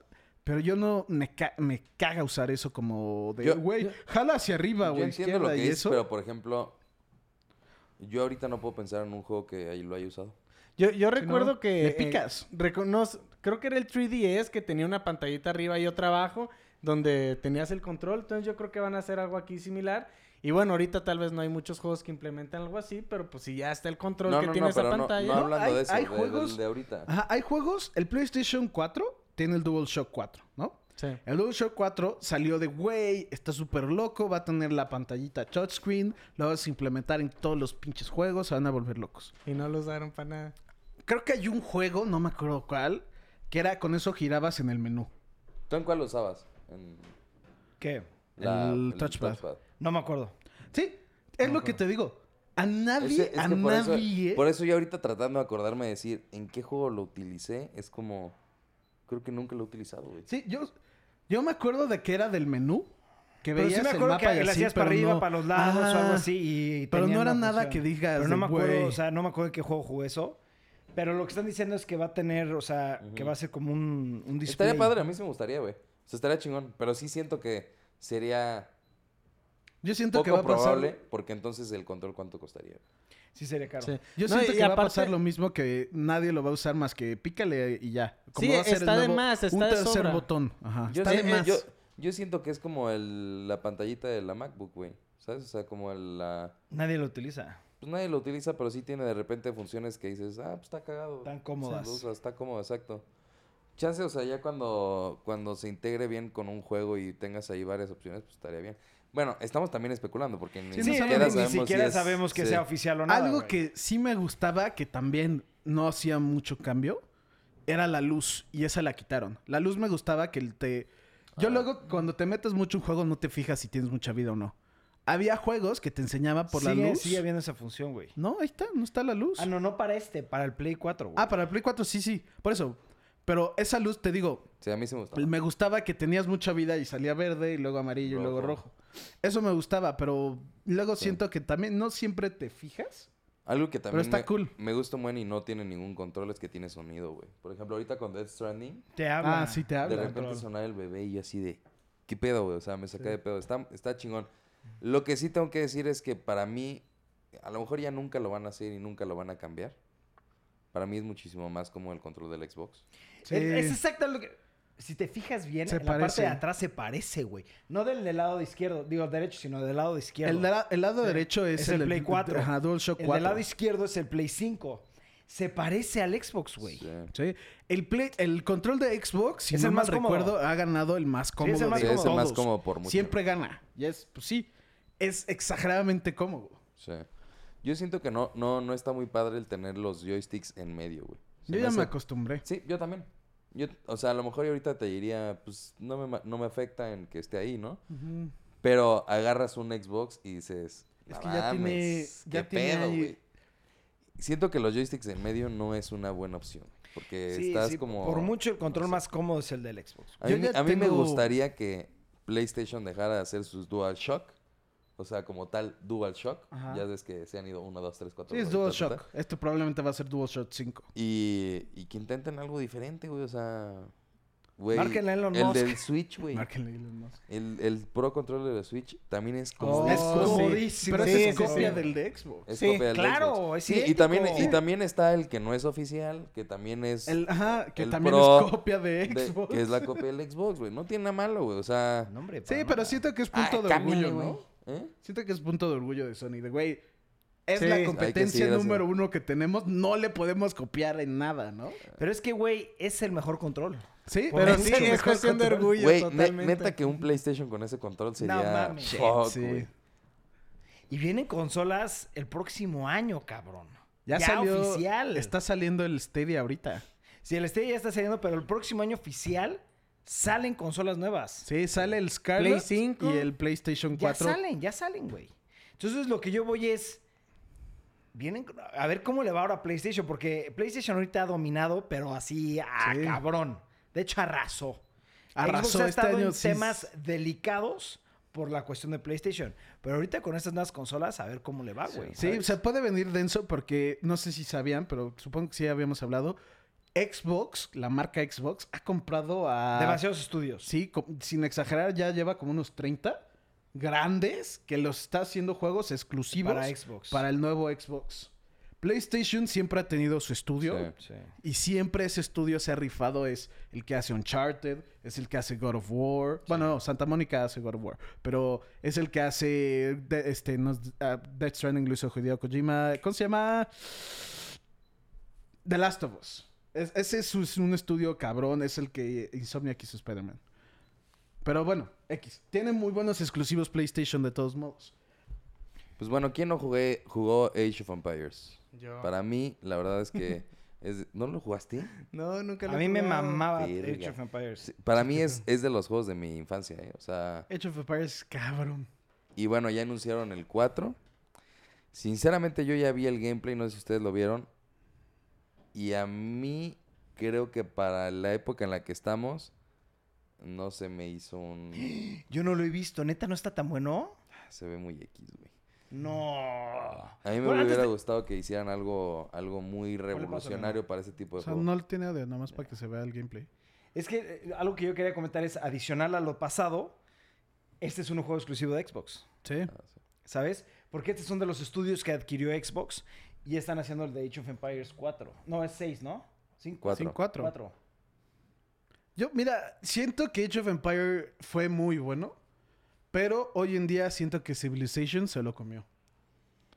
S4: pero yo no me, ca- me caga usar eso como de,
S2: Yo-
S4: güey, jala hacia arriba,
S2: Yo
S4: güey,
S2: entiendo lo
S4: izquierda
S2: que
S4: y
S2: dices,
S4: eso.
S2: pero por ejemplo, yo ahorita no puedo pensar en un juego que ahí lo haya usado.
S3: Yo, yo recuerdo
S4: no,
S3: que...
S4: le
S3: eh,
S4: picas.
S3: reco- no s- creo que era el 3DS que tenía una pantallita arriba y otra abajo donde tenías el control. Entonces yo creo que van a hacer algo aquí similar. Y bueno, ahorita tal vez no hay muchos juegos que implementan algo así, pero pues si ya está el control
S2: No,
S3: que
S2: no,
S3: tiene
S2: no,
S3: esa
S2: pero no,
S3: pantalla...
S2: no
S4: No,
S2: hablando
S4: hay-
S2: de eso,
S4: hay
S2: de, de-
S4: juegos-
S2: de ahorita.
S4: Ajá, hay juegos, el PlayStation 4 tiene el DualShock 4, ¿no?
S3: Sí.
S4: El DualShock 4 salió de, güey, está súper loco, va a tener la pantallita touchscreen, lo vas a implementar en todos los pinches juegos, se van a volver locos.
S3: Y no lo usaron para nada.
S4: Creo que hay un juego, no me acuerdo cuál, que era con eso girabas en el menú.
S2: ¿Tú en cuál lo usabas? En
S1: ¿Qué?
S4: El touchpad.
S1: No me acuerdo.
S4: Sí, es lo que te digo. A nadie,
S2: Ese- es
S4: a
S2: que por eso-
S4: nadie.
S2: Por eso yo ahorita tratando de acordarme de decir en qué juego lo utilicé, es como. Creo que nunca lo he utilizado, güey.
S4: Sí, yo, yo me acuerdo de que era del menú. Que
S1: Pero
S4: veías
S1: sí me
S4: el
S1: acuerdo
S4: mapa
S1: que
S4: y
S1: le
S4: así,
S1: hacías para
S4: pero
S1: arriba,
S4: no-
S1: para los lados o algo
S4: Ah,
S1: así. y
S4: pero
S1: tenía
S4: no era
S1: una
S4: nada
S1: función.
S4: que digas
S1: Pero no
S4: de,
S1: me acuerdo,
S4: "Güey".
S1: o sea, no me acuerdo en qué juego jugué eso. Pero lo que están diciendo es que va a tener, o sea, que va a ser como un, un display.
S2: Estaría padre, a mí sí me gustaría, güey. O sea, estaría chingón. Pero sí siento que sería
S4: Yo siento
S2: poco
S4: que va a
S2: probable,
S4: pasar.
S2: porque entonces el control cuánto costaría.
S1: Sí, sería caro.
S3: Sí.
S4: Yo
S3: No,
S4: siento
S3: y
S4: que va a
S3: aparte-
S4: pasar lo mismo que nadie lo va a usar más que pícale y ya.
S3: Sí,
S4: va a ser el
S3: está de
S4: nuevo-
S3: más, está
S4: un
S3: de
S4: tercer
S3: sobra.
S4: botón. Ajá.
S2: Yo,
S4: está
S2: sí-
S4: de
S2: eh,
S4: más.
S2: yo- yo siento que es como el- la pantallita de la MacBook, güey. ¿Sabes? O sea, como el, la.
S1: Nadie lo utiliza.
S2: Pues nadie lo utiliza, pero sí tiene de repente funciones que dices, ah, pues está cagado.
S1: Están
S2: Sí,
S1: cómodas.
S2: lo usas, está cómodo, exacto. Chance, o sea, ya cuando, cuando se integre bien con un juego y tengas ahí varias opciones, pues estaría bien. Bueno, estamos también especulando porque ni,
S1: Sí,
S4: no
S1: ni,
S4: sabemos.
S1: ni
S2: siquiera sabemos, si
S1: siquiera
S2: es-
S1: sabemos que
S2: sí.
S1: sea oficial o nada.
S4: Algo
S1: güey.
S4: que sí me gustaba, que también no hacía mucho cambio, era la luz. Y esa la quitaron. La luz me gustaba que el te... Yo
S3: Ah.
S4: luego, cuando te metes mucho en un juego, no te fijas si tienes mucha vida o no. Había juegos que te enseñaba por la
S3: eh?
S1: Sigue-
S4: luz.
S1: Sigue habiendo esa función, güey.
S4: No, ahí está. No está la luz.
S1: Ah, no, no para este, para el Play 4, güey.
S4: Ah, para el Play 4 sí, sí. Por eso. Pero esa luz, te digo,
S2: Sí, a mí sí me gusta.
S4: Pues me gustaba que tenías mucha vida y salía verde y luego amarillo y luego
S2: Rojo.
S4: rojo. Eso me gustaba, pero luego siento que también no siempre te fijas.
S2: Algo que también
S4: está
S2: me,
S4: cool.
S2: me gusta un buen y no tiene ningún control es que tiene sonido, güey. Por ejemplo, ahorita con Death Stranding,
S1: Te habla.
S4: Ah, sí, te
S2: de
S4: habla.
S2: repente
S1: control.
S2: sonaba el bebé y yo así de, ¿qué pedo, güey? O sea, me saca de pedo. Está, está chingón. Lo que sí tengo que decir es que para mí, a lo mejor ya nunca lo van a hacer y nunca lo van a cambiar. Para mí es muchísimo más como el control del Xbox.
S4: Sí.
S1: Es, es exacto lo que. Si te fijas bien,
S4: Se
S1: en la parte
S4: parece.
S1: de atrás se parece, güey. No del, del lado izquierdo, digo derecho, sino del lado izquierdo.
S4: El, da- el lado derecho es,
S1: Es el Play 4.
S4: Ajá, DualShock
S1: El
S4: 4.
S1: del lado izquierdo es el Play 5. Se parece al Xbox, güey.
S2: Sí.
S1: Sí,
S4: Sí. El, Play- el control de Xbox, si
S1: Es
S4: no
S1: el
S4: mal
S1: más cómodo.
S4: recuerdo, ha ganado el más cómodo.
S1: es el más
S4: de
S2: Sí, es el más
S4: todos.
S2: cómodo por mucho.
S4: Siempre gana. Y es, pues sí, es exageradamente cómodo.
S2: Sí. Yo siento que no, no, no está muy padre el tener los joysticks en medio, güey. Se
S4: Yo ya me
S2: hace-
S4: acostumbré.
S2: Sí, yo también. Yo, o sea, a lo mejor yo ahorita te diría, pues no me, ma- no me afecta en que esté ahí, ¿no? Pero agarras un Xbox y dices,
S4: Es
S2: "No
S4: que ya tiene-
S2: mames,
S4: ya
S2: qué
S4: tiene
S2: pedo,
S4: ahí-
S2: güey". Siento que los joysticks en medio no es una buena opción, porque estás
S1: sí,
S2: como...
S1: Por mucho el control más cómodo es el del Xbox.
S2: A
S4: Yo
S2: mí, me-
S4: ya
S2: a mí me
S4: tengo-
S2: gustaría que PlayStation dejara de hacer sus DualShock. O sea, como tal, DualShock.
S4: Ajá.
S2: Ya ves que se han ido 1, 2, 3, 4.
S4: Sí, es DualShock. Esto probablemente va a ser DualShock 5.
S2: Y, y que intenten algo diferente, güey. O sea, güey.
S1: Márquenle a Elon
S2: El
S1: Musk.
S2: del Switch, güey.
S4: Márquenle Elon Musk.
S2: El, el Pro Controller de Switch también es como.
S3: Oh,
S4: es
S3: sí.
S4: comodísimo. Pero
S3: Sí,
S4: ese es
S3: sí,
S4: copia
S3: sí.
S4: del de Xbox.
S2: Es
S3: sí,
S2: copia del
S1: claro,
S2: Xbox.
S1: es
S2: Sí, y también, y
S1: idéntico.
S2: también está el que no es oficial, que también es.
S4: El, ajá, que
S2: el
S4: también
S2: Pro
S4: es copia de
S2: de-
S4: Xbox.
S2: que es la copia del Xbox, güey. No tiene nada malo, güey. O sea.
S1: No, hombre,
S4: Sí,
S1: para
S4: pero
S1: nada.
S4: siento que es
S2: ah,
S4: punto de
S2: cámbiale,
S4: orgullo, ¿no?
S2: güey. ¿Eh?
S4: Siento que es punto de orgullo de Sony. De güey, es
S3: Sí. Hay
S4: la
S3: que
S4: competencia
S2: seguir
S4: número uno que tenemos. No le podemos copiar en nada, ¿no?
S1: Pero es que, güey, es el mejor control.
S4: Sí,
S1: Por
S3: Pero
S1: mucho
S3: sí, es
S1: mejor
S3: cuestión de
S1: control.
S3: orgullo
S2: Güey, ne-
S3: totalmente.
S2: neta que un PlayStation con ese control sería.
S1: mames.
S2: fuck,
S4: Sí.
S2: güey.
S1: Y vienen consolas el próximo año, cabrón.
S4: Ya, salió.
S1: oficial.
S4: Está saliendo el Stadia ahorita.
S1: Si el Stadia ya está saliendo, pero el próximo año oficial salen consolas nuevas.
S4: Sí, sale el Scarlet
S3: Play 5.
S4: y el PlayStation
S1: Ya
S4: 4.
S1: salen, ya salen, güey. Entonces lo que yo voy es. Vienen a ver cómo le va ahora a PlayStation, porque PlayStation ahorita ha dominado, pero así a
S4: Sí.
S1: cabrón. De hecho, arrasó.
S4: Arrasó
S1: Xbox ha
S4: este
S1: estado
S4: año,
S1: en
S4: sí.
S1: temas delicados por la cuestión de PlayStation. Pero ahorita con estas nuevas consolas, a ver cómo le va, güey.
S4: Sí,
S1: ¿sabes?
S4: se puede venir denso porque no sé si sabían, pero supongo que sí habíamos hablado. Xbox, la marca Xbox, ha comprado a.
S1: Demasiados estudios.
S4: Sí, co- sin exagerar, ya lleva como unos 30 grandes que los está haciendo juegos exclusivos
S1: Para Xbox.
S4: para el nuevo Xbox. PlayStation siempre ha tenido su estudio.
S2: Sí.
S1: Sí.
S4: Y siempre ese estudio se ha rifado. Es el que hace Uncharted, es el que hace God of War. Bueno, no, Santa Mónica hace God of War. Pero es el que hace de- este, no, es- ah, Death Stranding, lo hizo Hideo Kojima. ¿Cómo se llama? The Last of Us. Es- ese es, su- es un estudio cabrón. Es el que Insomniac hizo Spider-Man. Pero bueno, X. Tiene muy buenos exclusivos PlayStation de todos modos.
S2: Pues bueno, ¿quién no jugué, jugó Age of Empires?
S3: Yo.
S2: Para mí, la verdad es que... es- ¿No lo jugaste?
S3: No, nunca lo
S1: A
S3: he
S1: mí me
S3: jugado.
S1: mamaba
S2: Verga.
S1: Age of Empires.
S2: Sí, Para mí es, es de los juegos de mi infancia, ¿eh? O sea...
S4: Age of Empires, cabrón.
S2: Y bueno, ya anunciaron el 4. Sinceramente, yo ya vi el gameplay, no sé si ustedes lo vieron. Y a mí, creo que para la época en la que estamos, no se me hizo un.
S1: Yo no lo he visto. ¿Neta no está tan bueno?
S2: Se ve muy X, güey.
S1: No.
S2: A mí me
S1: Bueno, antes
S2: hubiera
S1: de-
S2: gustado que hicieran algo, algo muy revolucionario para ese tipo
S4: O
S2: de
S4: sea,
S2: juego.
S4: no lo tiene audio, nada más para que se vea el gameplay.
S1: Es que eh, algo que yo quería comentar es, adicional a lo pasado, este es un juego exclusivo de Xbox,
S4: Sí.
S2: Ah, sí.
S1: ¿sabes? Porque estos son de los estudios que adquirió Xbox y están haciendo el de Age of Empires 4. No, es 6, ¿no? 5.
S2: Cuatro.
S4: Sin cuatro. Yo, mira, siento que Age of Empire fue muy bueno, pero hoy en día siento que Civilization se lo comió.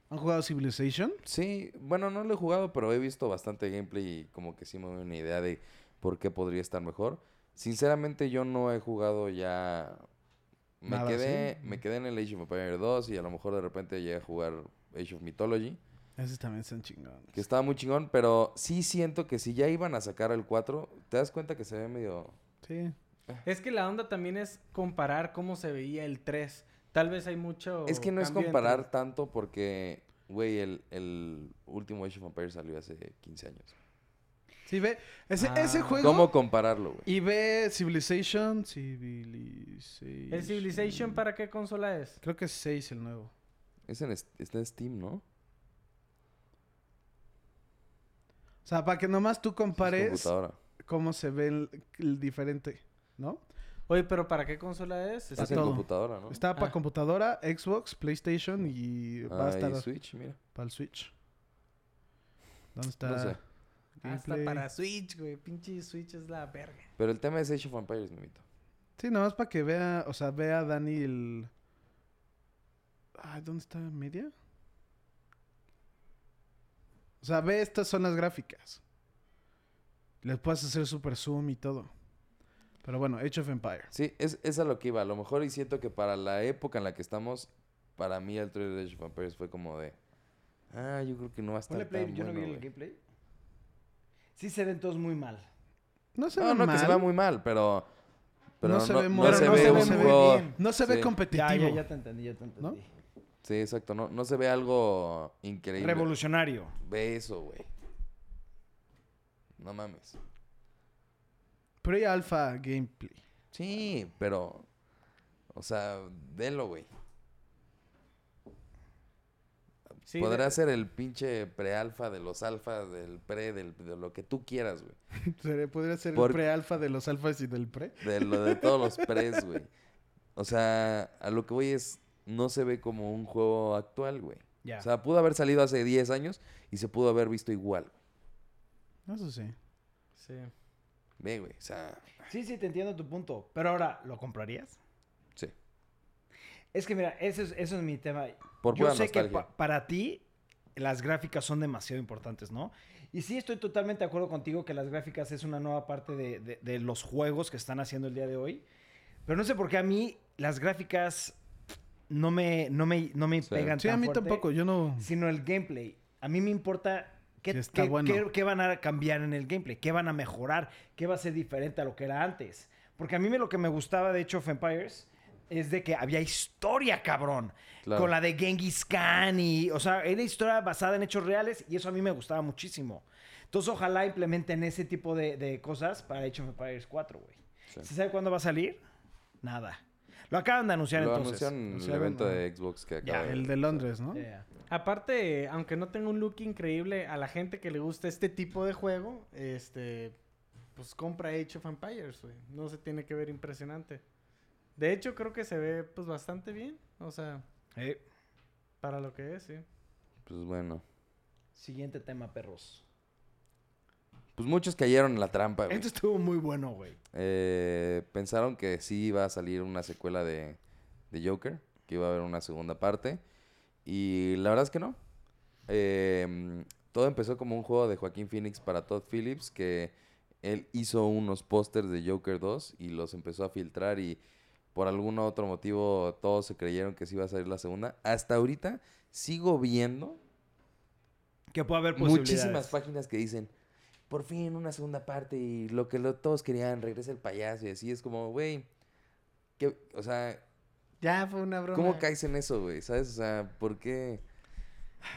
S4: ¿Han jugado Civilization?
S2: Sí, bueno, no lo he jugado, pero he visto bastante gameplay y como que sí me doy una idea de por qué podría estar mejor. Sinceramente, yo no he jugado ya. Me
S4: Nada,
S2: quedé, me quedé en el Age of Empires 2 y a lo mejor de repente llegué a jugar Age of Mythology,
S4: Esos también están chingones.
S2: que estaba muy chingón, pero sí siento que si ya iban a sacar el 4, te das cuenta que se ve medio.
S4: Sí.
S3: Es que la onda también es comparar cómo se veía el 3. Tal vez hay mucho.
S2: es que no es
S3: cambio entre-
S2: comparar tanto porque, güey, el, el último Age of Empires salió hace 15 años.
S4: Sí, ve. Ese,
S3: Ah.
S4: ese juego.
S2: ¿Cómo compararlo, güey?
S4: Y ve Civilization. Civilization.
S3: ¿El Civilization para qué consola es?
S4: Creo que es 6 el nuevo.
S2: Es en, es- está en Steam, ¿no?
S4: O sea, para que nomás tú
S2: Es
S4: compares
S2: computadora.
S4: cómo se ve el, el diferente, ¿no?
S3: Oye, pero ¿para qué consola es?
S2: Es
S3: Está-
S2: en
S4: todo.
S2: computadora, ¿no?
S4: Está para
S3: Ah.
S4: computadora, Xbox, PlayStation y va a
S2: Ah,
S4: estar
S2: y Switch, mira.
S4: para el Switch. ¿Dónde está?
S2: No sé.
S3: Hasta
S4: Gameplay.
S3: para Switch, güey. Pinche Switch es la verga.
S2: Pero el tema es Age of Empires, mimito.
S4: Sí, nada más para que vea, o sea, vea Dani el... Ay, ¿dónde está media? O sea, ve estas son las gráficas. Les puedes hacer super zoom y todo. Pero bueno, Age of Empire.
S2: Sí, es, es a lo que iba. A lo mejor y siento que para la época en la que estamos, para mí el trailer de Age of Empires fue como de... Ah, yo creo que no va a estar
S1: Ponle
S2: tan
S1: play, yo no
S2: bueno,
S1: vi el
S2: güey".
S1: gameplay. Sí se ven todos muy mal.
S4: No se
S2: No,
S4: ve
S2: no, que se vea
S4: mal.
S2: muy mal, pero... Pero
S4: No
S2: no, se
S4: se ve
S2: ve,
S4: mal.
S2: se
S4: Pero no
S2: ve
S4: se ve
S2: un
S4: muy
S2: juego-
S1: bien.
S4: No se ve
S2: Sí.
S4: competitivo.
S1: Ya, ya, ya te entendí, ya te entendí.
S4: ¿No?
S2: Sí, exacto. No, no se ve algo increíble.
S1: Revolucionario.
S2: Ve eso, güey. No mames.
S4: Pre-alpha gameplay.
S2: Sí, pero... O sea, denlo, güey.
S3: Sí,
S2: Podrá
S3: de-
S2: ser el pinche pre-alfa de los alfas, del pre, del, de lo que tú quieras, güey.
S4: Sería- Podría ser
S2: Por-
S4: el pre-alfa de los alfas y del pre.
S2: De lo de todos los pres, güey. O sea, a lo que voy es, no se ve como un juego actual, güey.
S1: Ya.
S2: O sea, pudo haber salido hace 10 años y se pudo haber visto igual.
S4: Eso sí.
S3: Sí.
S2: Ve, güey. O sea,
S1: Sí, sí, te entiendo tu punto. Pero ahora, ¿lo comprarías?
S2: sí.
S1: Es que mira, eso es, eso es mi tema.
S2: Por
S1: Yo
S2: pura
S1: sé que
S2: nostalgia.
S1: pa- para ti las gráficas son demasiado importantes, ¿no? Y sí estoy totalmente de acuerdo contigo que las gráficas es una nueva parte de, de- de los juegos que están haciendo el día de hoy. Pero no sé por qué a mí las gráficas no me, no me, no me
S2: Sí.
S1: pegan
S4: Sí, a
S1: tan
S4: mí
S1: fuerte,
S4: tampoco. Yo no...
S1: Sino el gameplay. A mí me importa qué,
S4: Que está
S1: qué-
S4: bueno.
S1: qué- qué van a cambiar en el gameplay, qué van a mejorar, qué va a ser diferente a lo que era antes. Porque a mí me- lo que me gustaba de hecho of Empires es de que había historia, cabrón.
S2: Claro.
S1: Con la de Genghis Khan y, o sea, era historia basada en hechos reales y eso a mí me gustaba muchísimo. Entonces, ojalá implementen ese tipo de, de cosas para Age of Empires 4, güey.
S2: Sí.
S1: ¿Se sabe cuándo va a salir? Nada. Lo acaban de anunciar
S2: Lo
S1: entonces.
S2: anunciaron en el
S4: anunciaron,
S2: evento
S4: ah.
S2: de Xbox que acaba
S1: Ya,
S4: El de Londres, ¿no?
S1: Ya,
S2: eh,
S1: ya.
S3: Aparte, aunque no tenga un look increíble, a la gente que le gusta este tipo de juego, este, pues compra Age of Empires, güey. No se tiene que ver impresionante. De hecho, creo que se ve, pues, bastante bien. O sea,
S1: Eh,
S3: para lo que es, sí.
S2: Pues bueno.
S1: Siguiente tema, perros.
S2: Pues muchos cayeron en la trampa, güey.
S1: Esto estuvo muy bueno, güey.
S2: Eh, pensaron que sí iba a salir una secuela de, de Joker, que iba a haber una segunda parte. Y la verdad es que no. Eh, todo empezó como un juego de Joaquín Phoenix para Todd Phillips, que él hizo unos pósters de Joker 2 y los empezó a filtrar y por algún otro motivo todos se creyeron que sí iba a salir la segunda. Hasta ahorita sigo viendo
S1: Que puede haber posibilidades.
S2: muchísimas páginas que dicen, por fin una segunda parte y lo que lo- todos querían, regresa el payaso y así es como, güey, que, o sea,
S3: Ya fue una broma.
S2: ¿cómo caes en eso, güey? ¿Sabes? O sea, ¿por qué?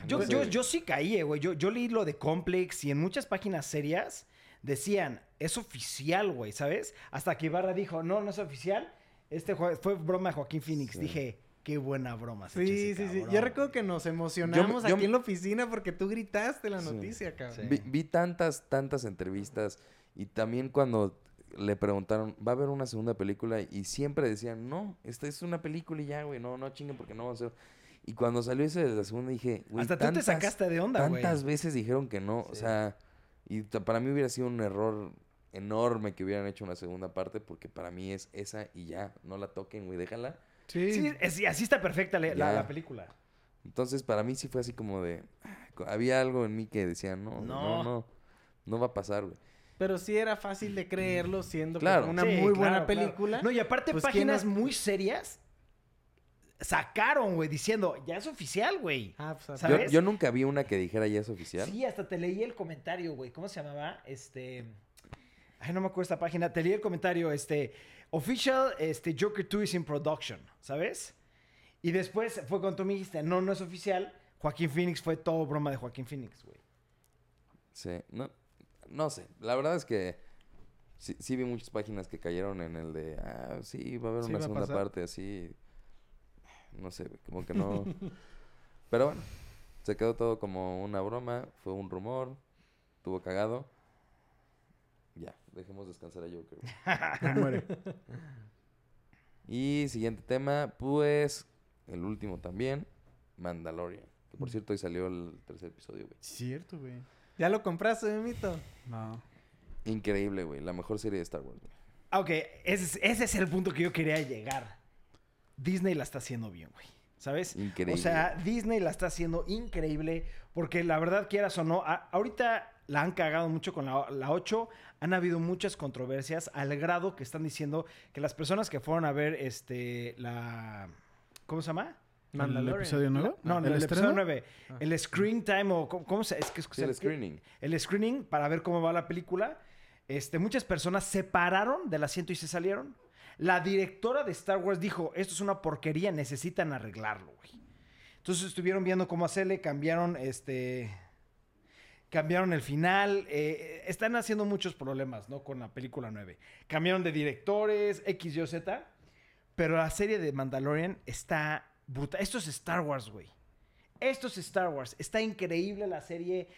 S1: Yo,
S2: Ah, No sé,
S1: yo,
S2: güey.
S1: yo sí caí, eh, güey. Yo, yo leí lo de Complex y en muchas páginas serias decían, es oficial, güey, ¿sabes? Hasta que Ibarra dijo, no, no es oficial. Este jue- fue broma de Joaquín Phoenix.
S2: Sí.
S1: Dije, qué buena broma. se echa
S3: Sí,
S1: ese
S3: sí, sí.
S1: cabrón,
S3: Yo recuerdo
S1: güey".
S3: que nos emocionamos
S2: yo
S3: aquí
S2: me-
S3: en la oficina porque tú gritaste la
S2: Sí.
S3: noticia, cabrón.
S2: Vi, vi tantas, tantas entrevistas y también cuando le preguntaron, ¿va a haber una segunda película? Y siempre decían, no, esta es una película y ya, güey, no, no chinguen porque no va a ser. Y cuando salió ese de la segunda dije, güey,
S1: Hasta tú te
S2: tantas-
S1: sacaste de onda, güey.
S2: Tantas veces dijeron que no, o
S1: Sí.
S2: sea, y ta- para mí hubiera sido un error enorme que hubieran hecho una segunda parte porque para mí es esa y ya, no la toquen, güey, déjala.
S1: Sí, es- y así está perfecta la, la-
S2: Ya.
S1: la película.
S2: Entonces, para mí sí fue así como de, ah, co- había algo en mí que decía, no, no,
S1: No.
S2: no, no, va a pasar, güey.
S3: Pero sí era fácil de creerlo siendo que
S2: Claro.
S3: fue una
S1: Sí,
S3: muy buena
S1: claro, claro.
S3: película.
S1: No, y aparte
S3: Pues, ¿quién
S1: páginas
S3: no-
S1: muy serias sacaron, güey, diciendo, ya es oficial, güey.
S3: Ah, pues, a-
S2: Yo,
S1: ¿Sabes?
S2: yo nunca vi una que dijera ya es oficial.
S1: Sí, hasta te leí el comentario, güey. ¿Cómo se llamaba? Este. Ay, no me acuerdo esta página. Te leí el comentario, este. Official, este, Joker 2 is in production, ¿sabes? Y después fue cuando tú me dijiste, no, no es oficial. Joaquín Phoenix fue todo broma de Joaquín Phoenix, güey.
S2: Sí, no, no sé. La verdad es que sí, sí vi muchas páginas que cayeron en el de, ah, sí, va a haber
S4: Sí
S2: una
S4: va a
S2: segunda
S4: pasar.
S2: parte así. No sé, güey, como que no. Pero bueno, se quedó todo como una broma, fue un rumor, tuvo cagado. Ya, dejemos descansar a Joker. güey.
S4: No muere.
S2: Y siguiente tema, pues el último también, Mandalorian. Que
S4: Mm.
S2: por cierto, hoy salió el tercer episodio, güey.
S4: Cierto, güey.
S3: ya lo compraste, mito.
S4: No.
S2: Increíble, güey. La mejor serie de Star Wars. güey.
S1: Ah, Ok, ese es, ese es el punto que yo quería llegar. Disney la está haciendo bien, güey. ¿Sabes?
S2: Increíble.
S1: O sea, Disney la está haciendo increíble porque la verdad quieras o no, a- ahorita la han cagado mucho con la, la 8, han habido muchas controversias al grado que están diciendo que las personas que fueron a ver este la ¿cómo se llama?
S4: ¿El episodio 9?
S1: No, no, el, episodio
S4: estreno?
S1: 9, el screen time o cómo, cómo se es que es
S4: eh,
S2: Sí, el screening.
S1: el screening para ver cómo va la película. Este, muchas personas se pararon del asiento y se salieron. La directora de Star Wars dijo, esto es una porquería, necesitan arreglarlo, güey. Entonces estuvieron viendo cómo hacerle, cambiaron este... Cambiaron el final, eh, están haciendo muchos problemas, ¿no? Con la película 9. Cambiaron de directores, X, Y, Z. Pero la serie de Mandalorian está brutal. Esto es Star Wars, güey. Esto es Star Wars. Está increíble la serie.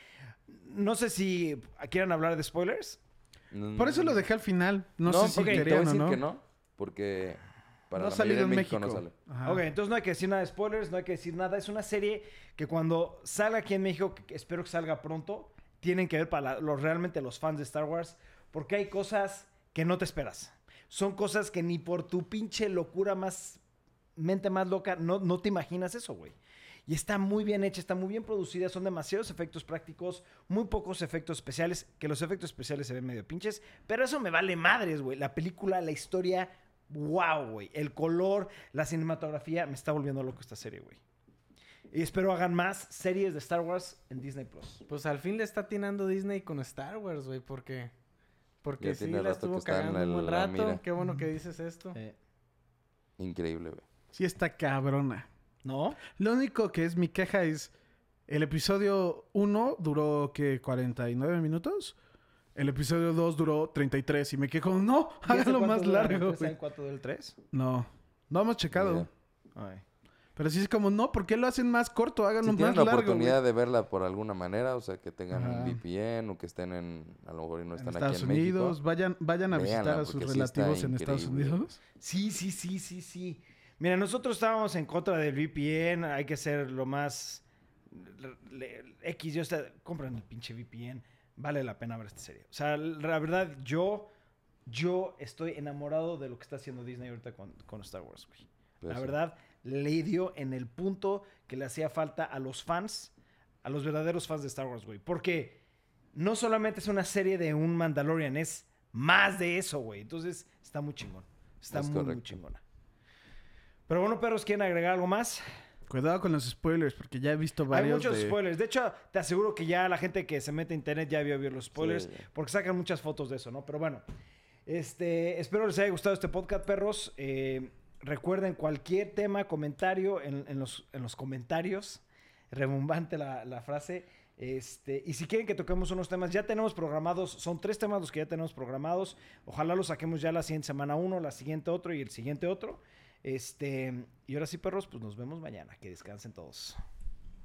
S1: No sé si quieran hablar de spoilers.
S4: Por eso lo dejé al final. No, sé si
S1: ok, te
S2: te voy a
S4: querían o
S2: decir
S4: no.
S2: que no, porque para
S4: no ha
S2: la mayoría
S4: salido
S2: de
S4: en
S2: México,
S4: México.
S2: no sale.
S4: Ajá.
S1: Ok, entonces no hay que decir nada de spoilers, no hay que decir nada. Es una serie que cuando salga aquí en México, que espero que salga pronto, tienen que ver para la- los, realmente los fans de Star Wars, porque hay cosas que no te esperas. Son cosas que ni por tu pinche locura más, mente más loca, no, no te imaginas eso, güey. Y está muy bien hecha, está muy bien producida, son demasiados efectos prácticos, muy pocos efectos especiales, que los efectos especiales se ven medio pinches, pero eso me vale madres, güey. La película, la historia, wow, güey. El color, la cinematografía, me está volviendo loco esta serie, güey. Y espero hagan más series de Star Wars en Disney Plus.
S3: Pues al fin le está atinando Disney con Star Wars, güey, porque porque
S2: Ya
S3: sí
S2: tiene
S3: la
S2: rato que
S3: estuvo
S2: está en
S3: cagando un
S2: la-
S3: buen
S2: la
S3: rato.
S2: mira.
S3: Qué bueno que dices esto.
S2: Increíble, güey.
S4: Sí está cabrona.
S1: ¿No?
S4: Lo único que es mi queja es... El episodio 1 duró, ¿qué? ¿49 minutos? El episodio 2 duró 33 y me quejo. No, hágalo más largo.
S1: ¿Está en
S4: güey.
S1: cuánto del 3?
S4: No, no hemos checado.
S2: Mira.
S4: Pero sí es como, no, ¿por qué lo hacen más corto? Háganlo
S2: Si
S4: más
S2: tienen la
S4: largo. güey.
S2: oportunidad de verla por alguna manera, o sea, que tengan
S4: Ajá.
S2: un VPN o que estén en, a lo mejor y no
S4: En
S2: están
S4: Estados
S2: aquí en
S4: Unidos,
S2: México.
S4: vayan, vayan a
S2: Véanla,
S4: visitar a
S2: porque
S4: sus
S2: sí está
S4: relativos en Estados
S2: increíble.
S4: Unidos.
S1: Sí, sí, sí, sí, sí. Mira, nosotros estábamos en contra del VPN, hay que ser lo más le- le- X, yo está, compran el pinche VPN. Vale la pena ver esta serie. O sea, la verdad, yo, yo estoy enamorado de lo que está haciendo Disney ahorita con, con Star Wars, güey.
S2: Pues
S1: la
S2: sí.
S1: verdad, le dio en el punto que le hacía falta a los fans, a los verdaderos fans de Star Wars, güey. Porque no solamente es una serie de un Mandalorian, es más de eso, güey. Entonces, está muy chingón. Está
S2: Es
S1: muy, muy
S2: correcto.
S1: chingona. Pero bueno, perros, ¿quieren agregar algo más?
S4: Cuidado con los spoilers, porque ya he visto
S1: Hay
S4: varios.
S1: muchos
S4: de-
S1: spoilers. De hecho, te aseguro que ya la gente que se mete a internet ya vio ver los spoilers.
S2: Sí, ya.
S1: Porque sacan muchas fotos de eso, ¿no? Pero bueno. Este, espero les haya gustado este podcast, perros. Eh, recuerden cualquier tema, comentario en, en los, en los comentarios. Rebumbante la, la frase. Este, y si quieren que toquemos unos temas, ya tenemos programados, son tres temas los que ya tenemos programados. Ojalá los saquemos ya la siguiente semana uno, la siguiente otro y el siguiente otro. Este, y ahora sí, perros, pues nos vemos mañana. Que descansen todos.